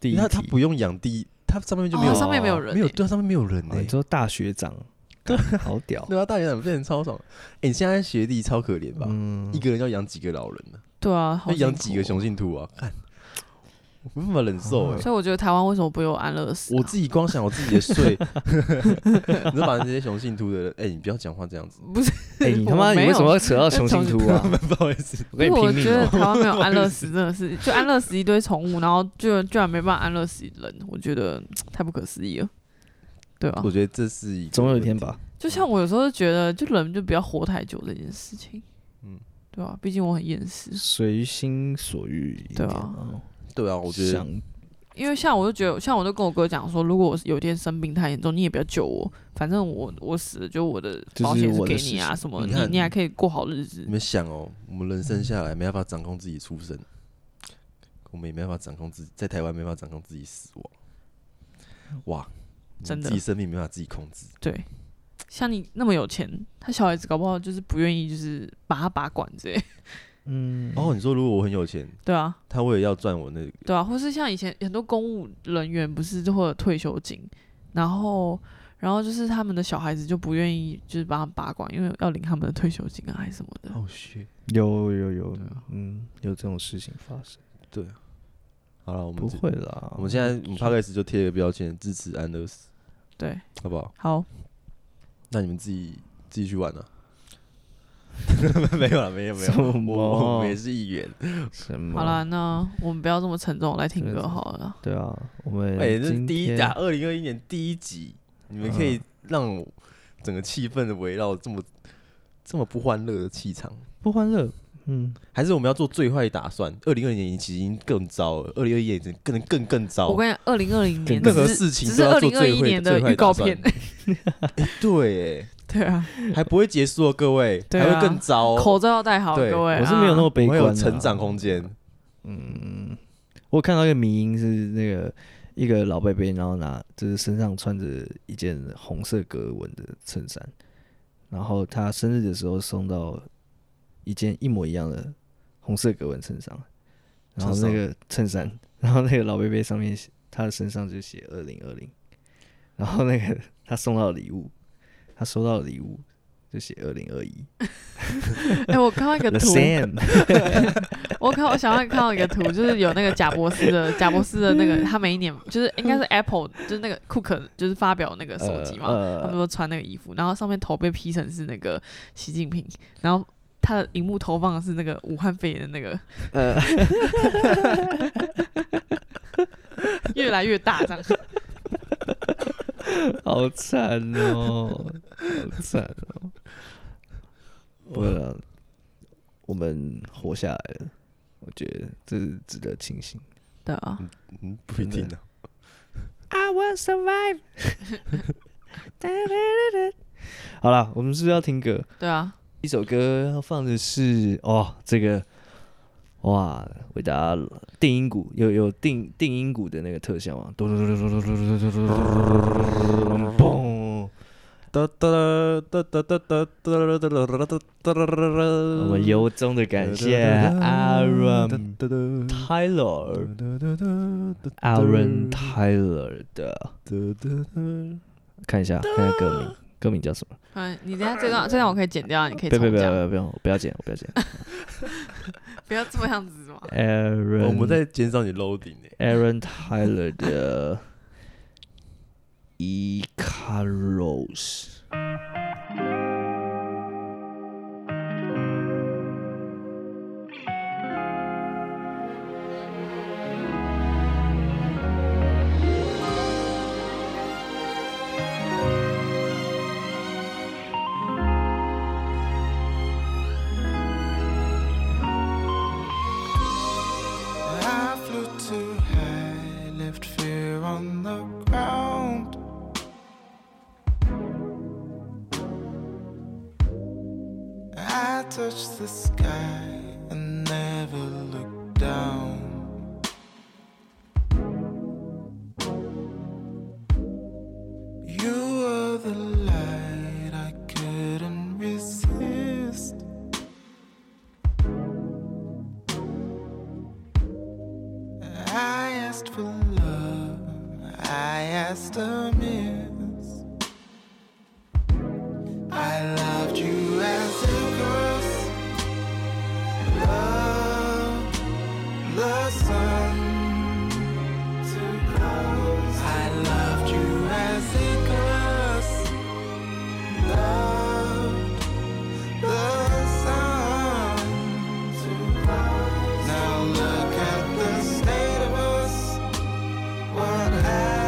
Speaker 1: 第一
Speaker 3: 因为他他
Speaker 1: 题
Speaker 3: 不用养第一，他上面就没有
Speaker 2: 哦，上面没有人、欸，
Speaker 3: 没有，对啊，上面没有人
Speaker 1: 哦
Speaker 3: 哎、
Speaker 1: 你说大学 长，对，好屌，
Speaker 3: 对啊，大学长变成超爽。哎、你现在学弟超可怜吧？
Speaker 1: 嗯
Speaker 3: 一，个人要养几个老人呢、
Speaker 2: 对啊，好
Speaker 3: 要养
Speaker 2: 辛
Speaker 3: 几
Speaker 2: 苦
Speaker 3: 个
Speaker 2: 哦
Speaker 3: 雄性秃啊？看，我没办法忍受哎、
Speaker 2: 所以我觉得台湾为什么不有安乐死、啊？
Speaker 3: 我自己光想我自己的 税，你就把那些雄性秃的人，哎、你不要讲话这样子，
Speaker 2: 不是，
Speaker 1: 哎，你他
Speaker 2: 我
Speaker 1: 妈你
Speaker 2: 没
Speaker 1: 为什
Speaker 2: 有
Speaker 1: 么要扯到雄性秃啊？
Speaker 3: 不好意 思，
Speaker 1: 我跟
Speaker 2: 因为
Speaker 1: 你
Speaker 2: 啊我
Speaker 1: 拼
Speaker 2: 觉
Speaker 1: 命
Speaker 2: 得
Speaker 1: 哦！
Speaker 2: 台湾没有安乐死，真的是就安乐死一堆宠物，然后就居然没办法安乐死人，我觉得太不可思议了，对吧、啊哦
Speaker 3: 我觉得这是一个
Speaker 1: 总有一
Speaker 3: 问
Speaker 1: 天
Speaker 3: 题，
Speaker 1: 吧，
Speaker 2: 就像我有时候就觉得，就人就不要活太久这件事情，嗯
Speaker 3: 嗯，
Speaker 2: 对啊，毕竟我很厌世，
Speaker 1: 随心所欲一
Speaker 2: 对
Speaker 1: 点
Speaker 2: 啊
Speaker 1: 啊，
Speaker 3: 对啊，我觉得
Speaker 1: 想
Speaker 2: 因为像我就觉得，像我就跟我哥讲说，如果我有一天生病太严重，你也不要救我，反正我我死了就我的
Speaker 1: 这
Speaker 2: 保
Speaker 1: 是
Speaker 2: 险
Speaker 1: 我的
Speaker 2: 给
Speaker 1: 事
Speaker 2: 你啊，
Speaker 1: 情嗯
Speaker 2: 什么
Speaker 3: 你
Speaker 2: 你
Speaker 3: 看
Speaker 2: 你还可以过好日子
Speaker 3: 你，们想哦，我们人生下来没办法掌控自己出生，我们也没办法掌控自己，在台湾没办法掌控自己死亡。哇，你
Speaker 2: 真的
Speaker 3: 自己生命没办法自己控制，
Speaker 2: 对。像你那么有钱，他小孩子搞不好就是不愿意，就是把他把管之类，
Speaker 1: 嗯
Speaker 3: 哦，你说如果我很有钱，
Speaker 2: 对啊，
Speaker 3: 他为了要赚我那个，
Speaker 2: 对啊，或是像以前很多公务人员不是就会有退休金，然后然后就是他们的小孩子就不愿意就是帮他把管，因为要领他们的退休金啊还是什么的。
Speaker 1: Oh,
Speaker 3: 哦，shit，
Speaker 1: 有有有
Speaker 2: 对啊，
Speaker 1: 嗯，有这种事情发生，
Speaker 3: 对啊，好了，我们
Speaker 1: 不
Speaker 3: 这
Speaker 1: 会啦。
Speaker 3: 我们现在我们 p o d c 就贴个标签，支持安乐死，
Speaker 2: 对，
Speaker 3: 好不好？
Speaker 2: 好，
Speaker 3: 那你们自己自己去玩啊。 没有了，没 有没有
Speaker 1: 什，么
Speaker 3: 我我们也是议员。
Speaker 1: 什么
Speaker 2: 好啦，，那我们不要这么沉重，来听
Speaker 1: 嗯哦真的
Speaker 2: 歌好了。
Speaker 1: 对啊，我们
Speaker 3: 哎、这是
Speaker 1: 今
Speaker 3: 第一
Speaker 1: 天嗯
Speaker 3: 打二零二一年第一集，你们可以让我整个气氛的围绕这么这么不欢乐的气场，
Speaker 1: 不欢乐，嗯，
Speaker 3: 还是我们要做最坏打算？二零二零年其实已经更糟了，二零二一年已经更更更糟。
Speaker 2: 我跟你讲，二零二零年
Speaker 3: 任何
Speaker 2: 只是
Speaker 3: 事情
Speaker 2: 只
Speaker 3: 都
Speaker 2: 是
Speaker 3: 要
Speaker 2: 二
Speaker 3: 做
Speaker 2: 零二
Speaker 3: 最
Speaker 2: 一
Speaker 3: 坏
Speaker 2: 年的
Speaker 3: 最坏
Speaker 2: 预告
Speaker 3: 打算
Speaker 2: 片，
Speaker 3: 对，哎
Speaker 2: 对啊，
Speaker 3: 还不会结束哦，各位，
Speaker 2: 对
Speaker 3: 还
Speaker 2: 啊
Speaker 3: 会更糟、哦。
Speaker 2: 口罩要戴好，
Speaker 3: 对
Speaker 2: 各位。
Speaker 1: 我是没有那么
Speaker 2: 啊
Speaker 1: 悲
Speaker 3: 我
Speaker 1: 观
Speaker 3: 们有
Speaker 1: 啊，
Speaker 3: 成长空间，
Speaker 1: 嗯，我看到一个迷音是那个一个老伯伯，然后拿就是身上穿着一件红色格纹的衬衫，然后他生日的时候送到一件一模一样的红色格纹衬衫，然后那个衬衫， 然后那个老伯伯上面写他的身上就写二零二零，然后那个他送到的礼物，他收到的礼物就写二零二一
Speaker 2: 哎，我看到一 个
Speaker 1: ，The
Speaker 2: 图，
Speaker 1: Same，
Speaker 2: 我看我想要看到一个图，就是有那个贾伯斯的贾伯斯的那个，他每一年就是应该是 Apple，就是那个库克就是发表那个手机嘛，
Speaker 1: 呃
Speaker 2: 他们都穿那个衣服，然后上面头被 P 成是那个习近平，然后他的荧幕投放的是那个武汉肺炎的那个
Speaker 1: 呃，
Speaker 2: 越来越大这样。
Speaker 1: 好惨哦，好惨哦！不会了，我们活下来了，我觉得这是值得庆幸。
Speaker 2: 对啊，
Speaker 3: 嗯，不一定
Speaker 1: 真
Speaker 3: 啊。
Speaker 1: I will survive 好了，我们是不是要听歌？
Speaker 2: 对啊，
Speaker 1: 一首歌要放的是哦，这个哇，为大家定音鼓有有定定音鼓的那个特效啊，咚咚咚咚咚咚咚咚咚咚咚咚。
Speaker 3: 哒哒哒哒哒哒哒哒哒哒哒哒哒哒哒。
Speaker 1: 我
Speaker 3: 我
Speaker 1: 们由衷的感谢 Aaron
Speaker 3: 哒哒哦
Speaker 1: Tyler
Speaker 3: 哒哒
Speaker 1: Aaron Tyler 的，
Speaker 3: 哒哒。
Speaker 1: 看一下看一下歌名，歌名叫什么？
Speaker 2: 嗯，你等一下这段这段我可以剪掉，你可以
Speaker 1: 不要不要不
Speaker 2: 重讲，
Speaker 1: 要不要，我不要剪，我不要剪。
Speaker 2: 不要这样子嘛。
Speaker 1: Aaron
Speaker 3: 我们在减少你 loading 呢、
Speaker 1: Aaron Tyler 的 E Carlos。
Speaker 5: I flew too high, left fear on the ground. I touched the sky and never looked down. You were the light I couldn't resist. I asked for love, I asked amiss. I loved you as a curse. Love the sun to close. I loved you as a curse. Loved the sun to close. Now look at the state of us. What have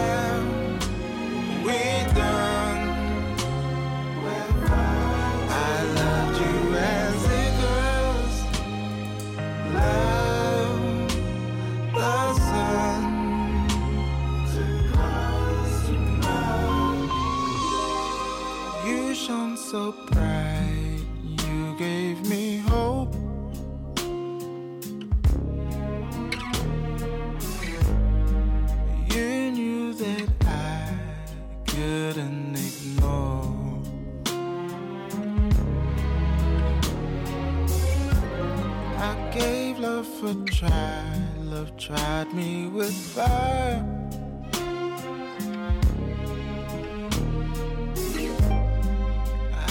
Speaker 5: would try. Love tried me with fire.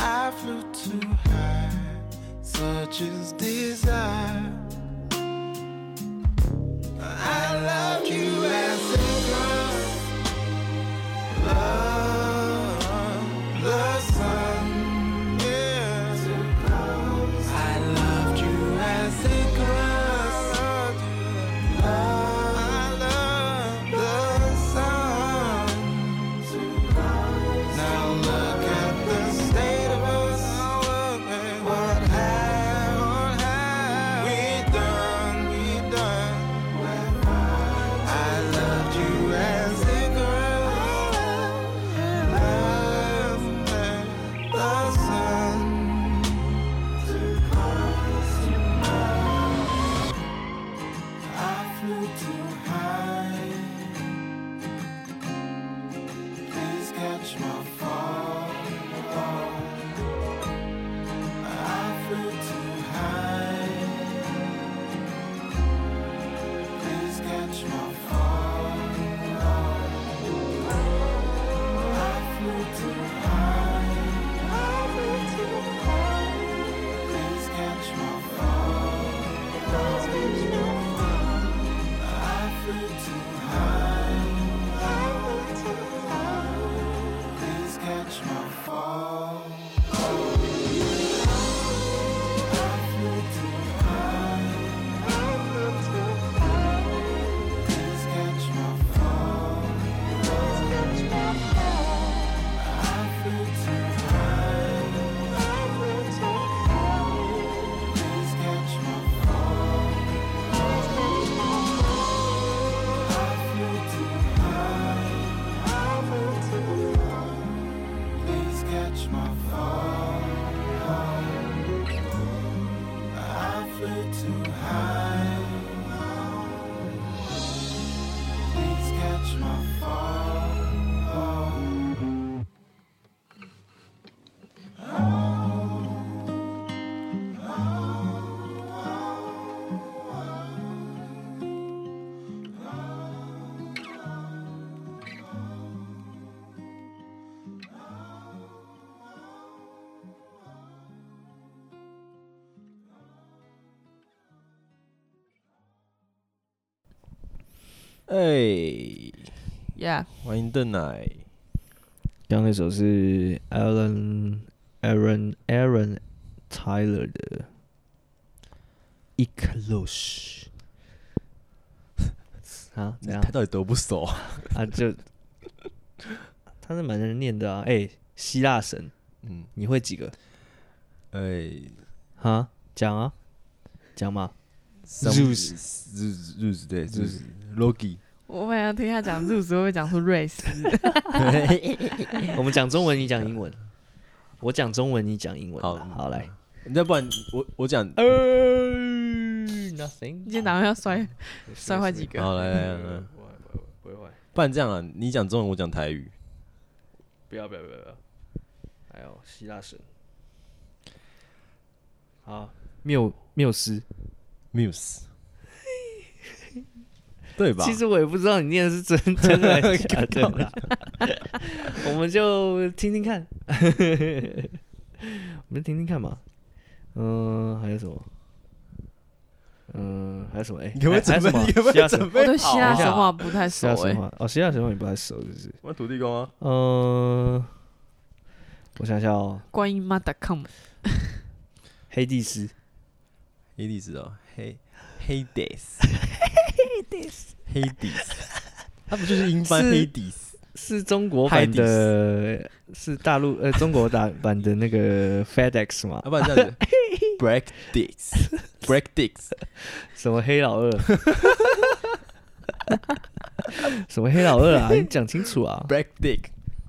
Speaker 5: I flew too high, such is desire. I love you as it comes. Love the sun is I loved you as it comes. Love the sun. Now look at the state of us. What have what have we done? We done. I loved you as a girl. Love and the sun. I flew too high. Please catch my fall. I flew too high. Please catch my fall. I flew too high. I flew too high. Please catch my fall. I flew too high. I flew too high. Please catch my fall. I flew too high. I flew too high. Please catch my fall. Please catch my fall. I flew too high. I flew too high. Please catch my fall. Please catch my fall. I flew too high. I flew too high. Please catch my fall. I flew too high. Please catch my fall.
Speaker 3: 哎，
Speaker 2: Yeah，
Speaker 3: 欢迎邓奶。
Speaker 1: 刚刚那首是 Alan Aaron Aaron Tyler 的 e c l o s e 啊，怎样
Speaker 3: 他到底多不熟？
Speaker 1: 啊？就他是蛮能念的啊！哎、希腊神，
Speaker 3: 嗯，
Speaker 1: 你会几个
Speaker 3: 哎
Speaker 1: 啊？讲啊，讲嘛。
Speaker 3: ，Zeus Zeus Zeus 对 Zeus Logi
Speaker 2: 我本来要听他讲 Zeus，会不会讲出 race？
Speaker 1: 我们讲中文，你讲英文；我讲中文，你讲英文。
Speaker 3: 好
Speaker 1: 好来。
Speaker 3: 要不然我我讲，
Speaker 1: 呃，nothing。
Speaker 2: 你今天打算要摔摔坏几个？
Speaker 3: 好来来来，来
Speaker 1: 不会坏，
Speaker 3: 不然这样啊，你讲中文，我讲台语。
Speaker 1: 不要不要不要不要。还有希腊神。好，缪缪斯。
Speaker 3: Muse，对吧？
Speaker 1: 其实我也不知道你念的是真 真的还是假的 啦。我们就听听看， 我们听听看嘛。嗯、还有什么？嗯、还有什么？哎、
Speaker 3: 你可不可以
Speaker 1: 还还
Speaker 3: 准备？
Speaker 1: 有
Speaker 3: 你
Speaker 1: 什
Speaker 3: 可
Speaker 1: 么
Speaker 3: 不
Speaker 1: 希
Speaker 3: 可
Speaker 1: 腊神
Speaker 3: 以准备好啊？
Speaker 2: 我对希腊神话不太
Speaker 1: 希
Speaker 2: 熟
Speaker 1: 腊神
Speaker 2: 哎。
Speaker 1: 话哦，希腊神话你不太熟是不是？
Speaker 3: 我土地公啊，
Speaker 1: 呃，我想想哦，
Speaker 2: 观音妈 .com
Speaker 1: 黑帝斯，
Speaker 3: 黑帝斯啊，黑黑帝斯，黑帝斯，他不就是英 翻
Speaker 1: 是
Speaker 3: 黑帝斯？
Speaker 1: 是中国版的，是大陆呃中国大版的那个 FedEx 嘛
Speaker 3: 要？啊不然这样子，break dicks，break dicks，
Speaker 1: 什么黑 老二？什么黑老二啊？你讲清楚啊！
Speaker 3: Black Dick，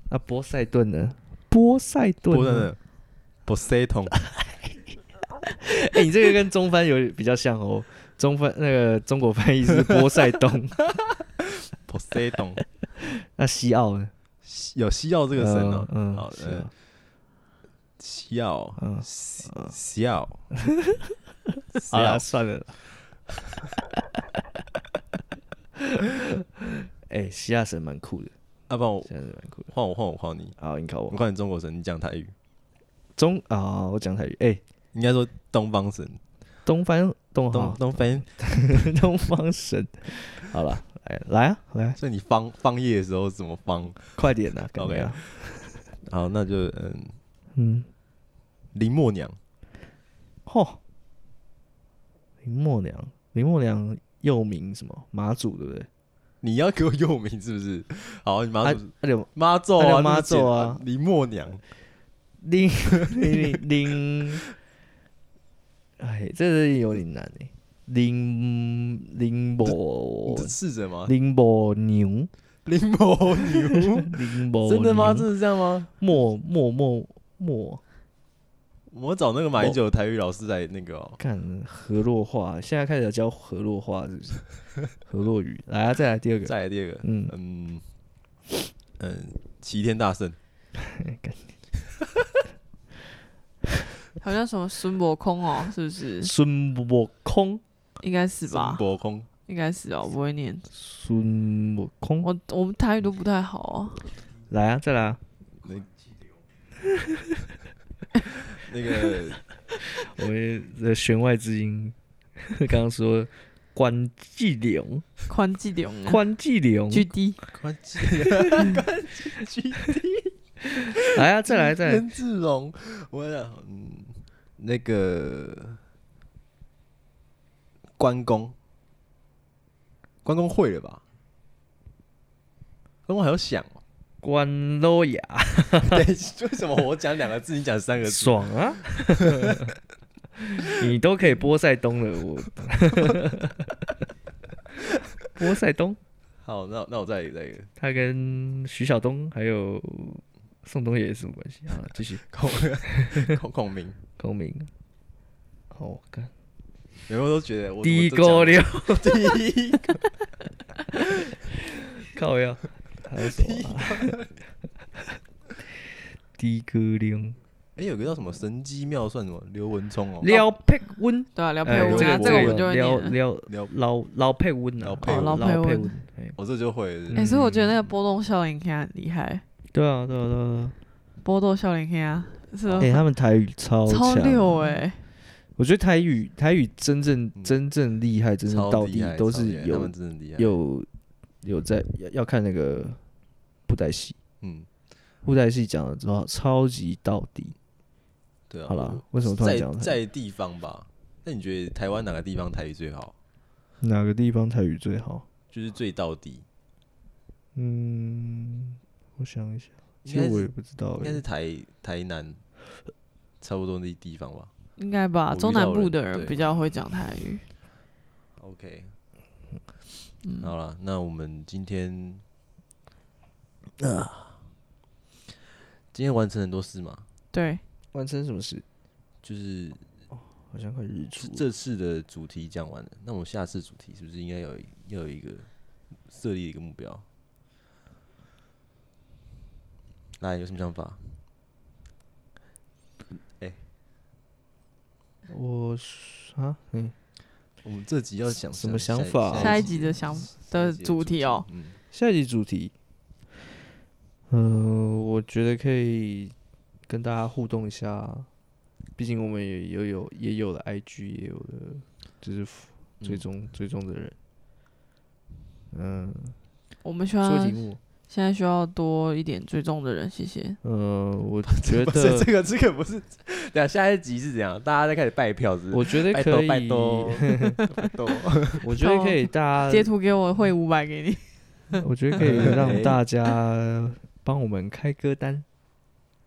Speaker 1: 那波塞顿呢？波塞顿
Speaker 3: 波
Speaker 1: 呢，
Speaker 3: 特的 Poseidon，
Speaker 1: 哎、你这个跟中翻有比较像哦。中翻那个中国翻译是波塞 冬，
Speaker 3: Poseidon
Speaker 1: 那西奥呢？
Speaker 3: 西有西奥这个神哦，
Speaker 1: 嗯，
Speaker 3: 好
Speaker 1: 嗯，是
Speaker 3: 的
Speaker 1: 啊，
Speaker 3: 西奥，
Speaker 1: 嗯
Speaker 3: 西西奥，西
Speaker 1: 好了，
Speaker 3: 奥，
Speaker 1: 算了啦，哎，西亚神蛮酷的，
Speaker 3: 啊要不然我
Speaker 1: 西亚神蛮酷的。
Speaker 3: 换我换我换你，
Speaker 1: 好，你考我
Speaker 3: 我看你中国神，你讲台语，
Speaker 1: 中啊、我讲台语。哎、
Speaker 3: 应该说东方神，
Speaker 1: 东方东
Speaker 3: 东
Speaker 1: 方
Speaker 3: 东方，
Speaker 1: 东方神，好了，来来啊，来啊，
Speaker 3: 所以你方方夜的时候怎么方？
Speaker 1: 快点呐、啊，赶
Speaker 3: OK
Speaker 1: 快啊！
Speaker 3: 好，那就嗯，
Speaker 1: 嗯，
Speaker 3: 林默娘，
Speaker 1: 嚯，林默娘，林默娘又名什么？马祖对不对？
Speaker 3: 你要给我用名是不是？好，你妈
Speaker 1: 啊
Speaker 3: 祖
Speaker 1: 啊就
Speaker 3: 妈咒
Speaker 1: 啊
Speaker 3: 啊，
Speaker 1: 就妈
Speaker 3: 那么简
Speaker 1: 祖啊
Speaker 3: 单林默娘，
Speaker 1: 林林 林，哎，这是有点难哎。林林
Speaker 3: 你
Speaker 1: 波
Speaker 3: 这试着吗？
Speaker 1: 林波牛，
Speaker 3: 林默牛，
Speaker 1: 林波
Speaker 3: 真的吗？
Speaker 1: 牛
Speaker 3: 真的是这样吗？
Speaker 1: 莫莫莫莫，
Speaker 3: 我找那个马英九的台语老师来那个哦，
Speaker 1: 看河洛话，现在开始要教河洛话 是不是？河洛语，来啊，再来第二个，
Speaker 3: 再来第二个，
Speaker 1: 嗯，
Speaker 3: 嗯嗯，齐天大圣，
Speaker 2: 好像什么孙悟空哦，是不是？
Speaker 1: 孙悟空，
Speaker 2: 应该是吧？
Speaker 3: 孙悟空，
Speaker 2: 应该是哦，我不会念，
Speaker 1: 孙悟空，
Speaker 2: 我我们台语都不太好啊。
Speaker 1: 哦来啊，再来啊，
Speaker 3: 那 个
Speaker 1: 我们的弦外之音， 刚刚说关继龙，
Speaker 2: 宽记龙，
Speaker 1: 关继龙，
Speaker 2: 巨低，
Speaker 3: 关机
Speaker 1: 来啊，再来，再来，
Speaker 3: 任志龙，我想，嗯，那个关公，关公会了吧？关公还要想 哦，
Speaker 1: 关洛雅，
Speaker 3: 对，为什么我讲两个字，你讲三个字？
Speaker 1: 爽啊！ 你都可以波塞冬了，我 波塞冬。
Speaker 3: 好，那那我再一个再一个，
Speaker 1: 他跟徐晓东还有宋冬野是什么关系？好了，继续
Speaker 3: 孔 孔孔 明，
Speaker 1: 孔明。哦，看
Speaker 3: 有没有都觉得我
Speaker 1: 第一个，六，
Speaker 3: 我都讲了 第一个
Speaker 1: 靠 呀，还有什么啊、第一个六，
Speaker 3: 哎，有个叫什么神机妙算什么刘文聪哦，
Speaker 1: 廖佩温，
Speaker 2: 对啊，聊配
Speaker 1: 哎
Speaker 2: 文
Speaker 3: 这
Speaker 2: 啊，
Speaker 3: 个
Speaker 2: 这个
Speaker 3: 我
Speaker 2: 我们就会
Speaker 1: 廖
Speaker 2: 念了。
Speaker 1: 廖
Speaker 3: 廖，
Speaker 1: 老老佩温啊，
Speaker 3: 老佩温
Speaker 1: 哦
Speaker 2: 老佩
Speaker 1: 老佩
Speaker 2: 温
Speaker 1: 温，哎
Speaker 3: 我哦这就会了
Speaker 1: 嗯
Speaker 2: 哎，所以我觉得那个波动笑脸黑很厉害，
Speaker 1: 对啊，对啊，对啊，
Speaker 2: 波动笑脸黑啊，是吧
Speaker 1: 对啊哎，他们台语超
Speaker 2: 超
Speaker 1: 强，
Speaker 2: 溜哎，
Speaker 1: 我觉得台语台语真正
Speaker 3: 嗯
Speaker 1: 真正厉害，真正
Speaker 3: 超
Speaker 1: 嗯到
Speaker 3: 厉
Speaker 1: 底
Speaker 3: 害
Speaker 1: 都
Speaker 3: 超
Speaker 1: 是
Speaker 3: 厉害他
Speaker 1: 有
Speaker 3: 们真的厉害，
Speaker 1: 有有在要要看那个布袋戏，
Speaker 3: 嗯，
Speaker 1: 布袋戏讲的超超级到底。
Speaker 3: 对啊，
Speaker 1: 好
Speaker 3: 我
Speaker 1: 了，为什么突然
Speaker 3: 在
Speaker 1: 讲到台语
Speaker 3: 在地方吧？那你觉得台湾哪个地方台语最好？
Speaker 1: 哪个地方台语最好？
Speaker 3: 就是最到底，
Speaker 1: 嗯，我想一下，其
Speaker 3: 应该
Speaker 1: 实我
Speaker 3: 是
Speaker 1: 也不知道
Speaker 3: 应该
Speaker 1: 欸
Speaker 3: 是。台台南，差不多那地方吧。
Speaker 2: 应该吧？
Speaker 3: 我遇
Speaker 2: 中南
Speaker 3: 到
Speaker 2: 部
Speaker 3: 人
Speaker 2: 的人
Speaker 3: 对
Speaker 2: 比较会讲台语。
Speaker 3: OK，
Speaker 2: 嗯，
Speaker 3: 好了，那我们今天
Speaker 1: 啊
Speaker 3: 今天完成很多事嘛，
Speaker 2: 对，
Speaker 1: 完成什么事？
Speaker 3: 就是
Speaker 1: 好像快日出了。
Speaker 3: 这次的主题讲完了。那我们下次主题是不是应该有一要有一个设立一个目标？来，有什么想法？
Speaker 1: 我是啊，嗯，
Speaker 3: 我们这集要想
Speaker 1: 什么
Speaker 3: 下一
Speaker 1: 想法啊
Speaker 2: 下一集的想的
Speaker 3: 集
Speaker 2: 主题哦，
Speaker 3: 嗯，
Speaker 1: 下一集主题，嗯、我觉得可以跟大家互动一下，啊毕竟我们也也有也有了 IG，也有了就是追
Speaker 3: 嗯
Speaker 1: 踪、追踪的人。嗯，
Speaker 2: 我们需要
Speaker 1: 做题目，
Speaker 2: 现在需要多一点追踪的人，谢谢。
Speaker 1: 嗯、我觉
Speaker 3: 不是
Speaker 1: 得，
Speaker 3: 这个，这个不是。等下下一集是怎样？大家在开始拜票是不
Speaker 1: 我
Speaker 3: 是？
Speaker 1: 觉得
Speaker 3: 拜
Speaker 1: 可
Speaker 3: 托
Speaker 1: 以，
Speaker 3: 拜托 拜托，
Speaker 1: 我觉得可以，大
Speaker 2: 截
Speaker 1: 家，
Speaker 2: 图给我汇五百给你，
Speaker 1: 我觉得可以 让大家帮我们开歌单，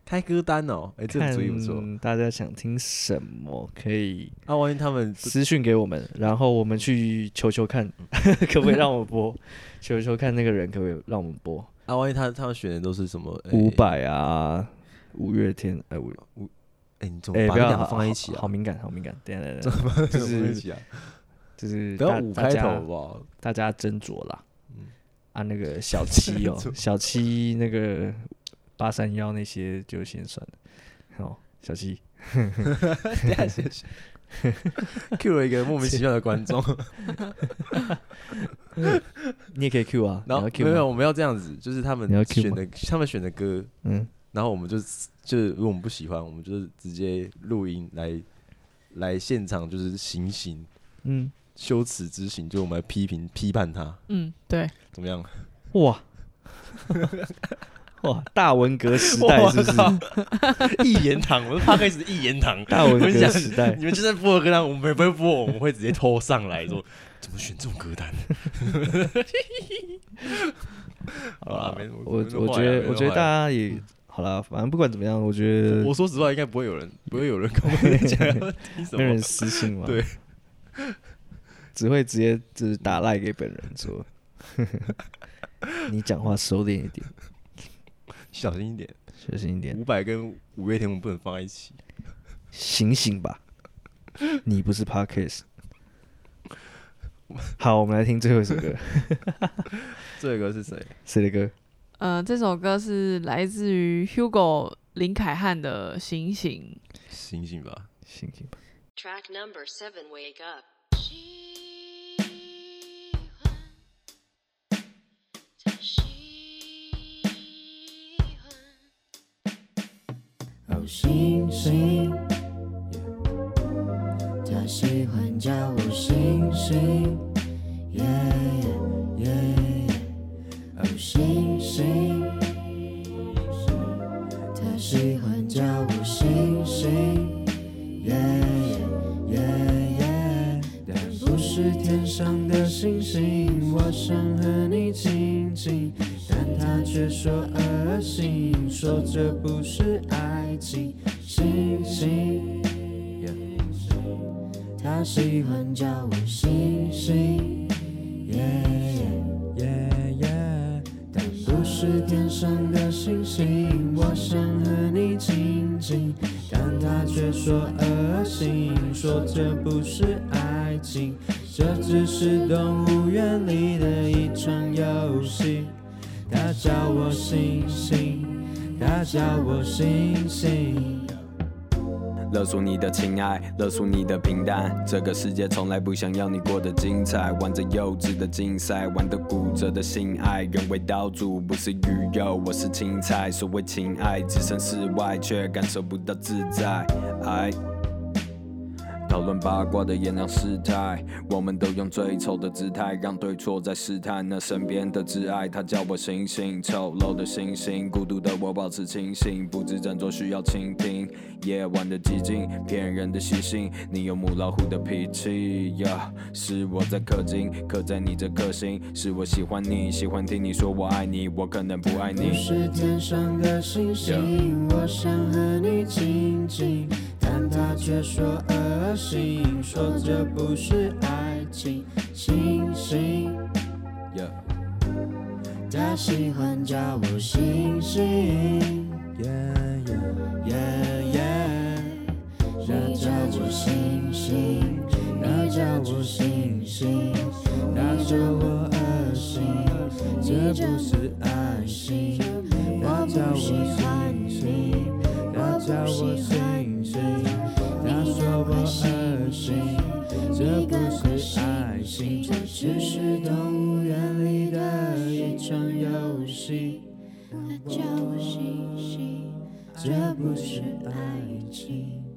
Speaker 3: 开歌单哦，哎，这个
Speaker 1: 看
Speaker 3: 主意不错。
Speaker 1: 大家想听什么，可以
Speaker 3: 啊，万一他们
Speaker 1: 私讯给我们，然后我们去求求看，
Speaker 3: 嗯
Speaker 1: 可不可以让我们播？ 求求看那个人可不可以让我们播？
Speaker 3: 啊，万一他他们选的都是什么？哎
Speaker 1: 伍，佰啊，五月天，哎五，
Speaker 3: 哎，你怎么
Speaker 1: 哎
Speaker 3: 把
Speaker 1: 不
Speaker 3: 这
Speaker 1: 要
Speaker 3: 两个放在一起
Speaker 1: 好
Speaker 3: 啊
Speaker 1: 好？敏感，好敏感，等一下等一下，等一下
Speaker 3: 怎么
Speaker 1: 就是
Speaker 3: 放在一起啊？
Speaker 1: 就是
Speaker 3: 不要
Speaker 1: 大
Speaker 3: 五
Speaker 1: 大
Speaker 3: 开头
Speaker 1: 家
Speaker 3: 好不好？
Speaker 1: 大家斟酌啦。
Speaker 3: 嗯
Speaker 1: 啊，那个小七哦
Speaker 3: 斟酌，
Speaker 1: 小七那个八三幺那些就先算了。好，小七，
Speaker 3: 等一下谢谢。Q 了一个莫名其妙的观众，
Speaker 1: 你也可以 Q 啊，
Speaker 3: 然后
Speaker 1: 你要 Q
Speaker 3: 没
Speaker 1: 吗
Speaker 3: 有，我们要这样子，就是他们
Speaker 1: 你要 cue
Speaker 3: 选的他们选的歌，
Speaker 1: 嗯，
Speaker 3: 然后我们就就是如果我们不喜欢，我们就是直接录音来来现场就是行刑，
Speaker 1: 嗯，
Speaker 3: 羞耻之刑，就我们来批评批判他，
Speaker 2: 嗯，对，
Speaker 3: 怎么样？
Speaker 1: 哇，哇，大文革时代是不是？
Speaker 3: 一言堂，我们怕开始一言堂，
Speaker 1: 大文
Speaker 3: 我跟你
Speaker 1: 革
Speaker 3: 讲
Speaker 1: 时代，
Speaker 3: 你们就算播了歌单，我们也不会播，我们会直接偷上来说， 怎么选这种歌单？ 好啦，没什么
Speaker 1: 我
Speaker 3: 没什么
Speaker 1: 我
Speaker 3: 话
Speaker 1: 觉
Speaker 3: 呀
Speaker 1: 得
Speaker 3: 没什么
Speaker 1: 我觉得
Speaker 3: 话呀
Speaker 1: 大家也好啦，反正不管怎么样，我觉得
Speaker 3: 啊我说实话，应该不会 有人，不会有人跟我们讲要听什
Speaker 1: 没人
Speaker 3: 么。
Speaker 1: 私信嘛，
Speaker 3: 对，
Speaker 1: 只会直接就是打赖给本人 说，你讲话收敛一点，
Speaker 3: 小心一点，
Speaker 1: 小心一点，
Speaker 3: 伍佰跟五月天我们不能放在一起。
Speaker 1: 醒醒吧，你不是 Parkes。好，我们来听最后一首歌，
Speaker 3: 这个是谁？
Speaker 1: 谁的歌？
Speaker 2: 呃，这首歌是来自于 Hugo 林凯汉的《醒醒》。
Speaker 3: 醒醒吧，
Speaker 1: 醒醒吧，
Speaker 6: Track number seven, Wake Up.
Speaker 7: 喜欢，真喜欢。哦，星星，他喜欢叫我星星，耶耶耶哦，星星，他喜欢叫我星星，耶耶耶。但不是天上的星星，我想和你亲亲，但他却说恶心，说这不是爱情。星星，他喜欢叫我星星，耶耶耶耶。但不是天上的星星，我想和你亲亲，但他却说恶心，说这不是爱情，这只是动物园里的一场游戏。他叫我星星，他叫我星星。
Speaker 8: 勒索你的情爱，勒索你的平淡。这个世界从来不想要你过得精彩，玩着幼稚的竞赛，玩的骨折的性爱。人为刀俎，不是鱼肉，我是青菜。所谓情爱，置身事外却感受不到自在。哎。讨论八卦的炎凉事态，我们都用最丑的姿态，让对错在试探那身边的挚爱。他叫我醒醒，丑陋的星星，孤独的我保持清醒，不知振作需要倾听。夜晚的寂静，骗人的习性，你有母老虎的脾气呀是我在氪金，刻在你这颗心，是我喜欢你，喜欢听你说我爱你，我可能不爱你。
Speaker 7: 不是天上的星星，我想和你亲亲，但他却说恶心，说这不是爱情。星星，
Speaker 8: Yeah
Speaker 7: 他喜欢叫我星星，耶耶，他叫我星星，他叫我星星，他叫我恶心，这不是爱情。我不喜欢你，我不喜欢你，他说我恶心，这不是爱情，这只是动物园里的一场游戏。他叫我星星，这不是爱情。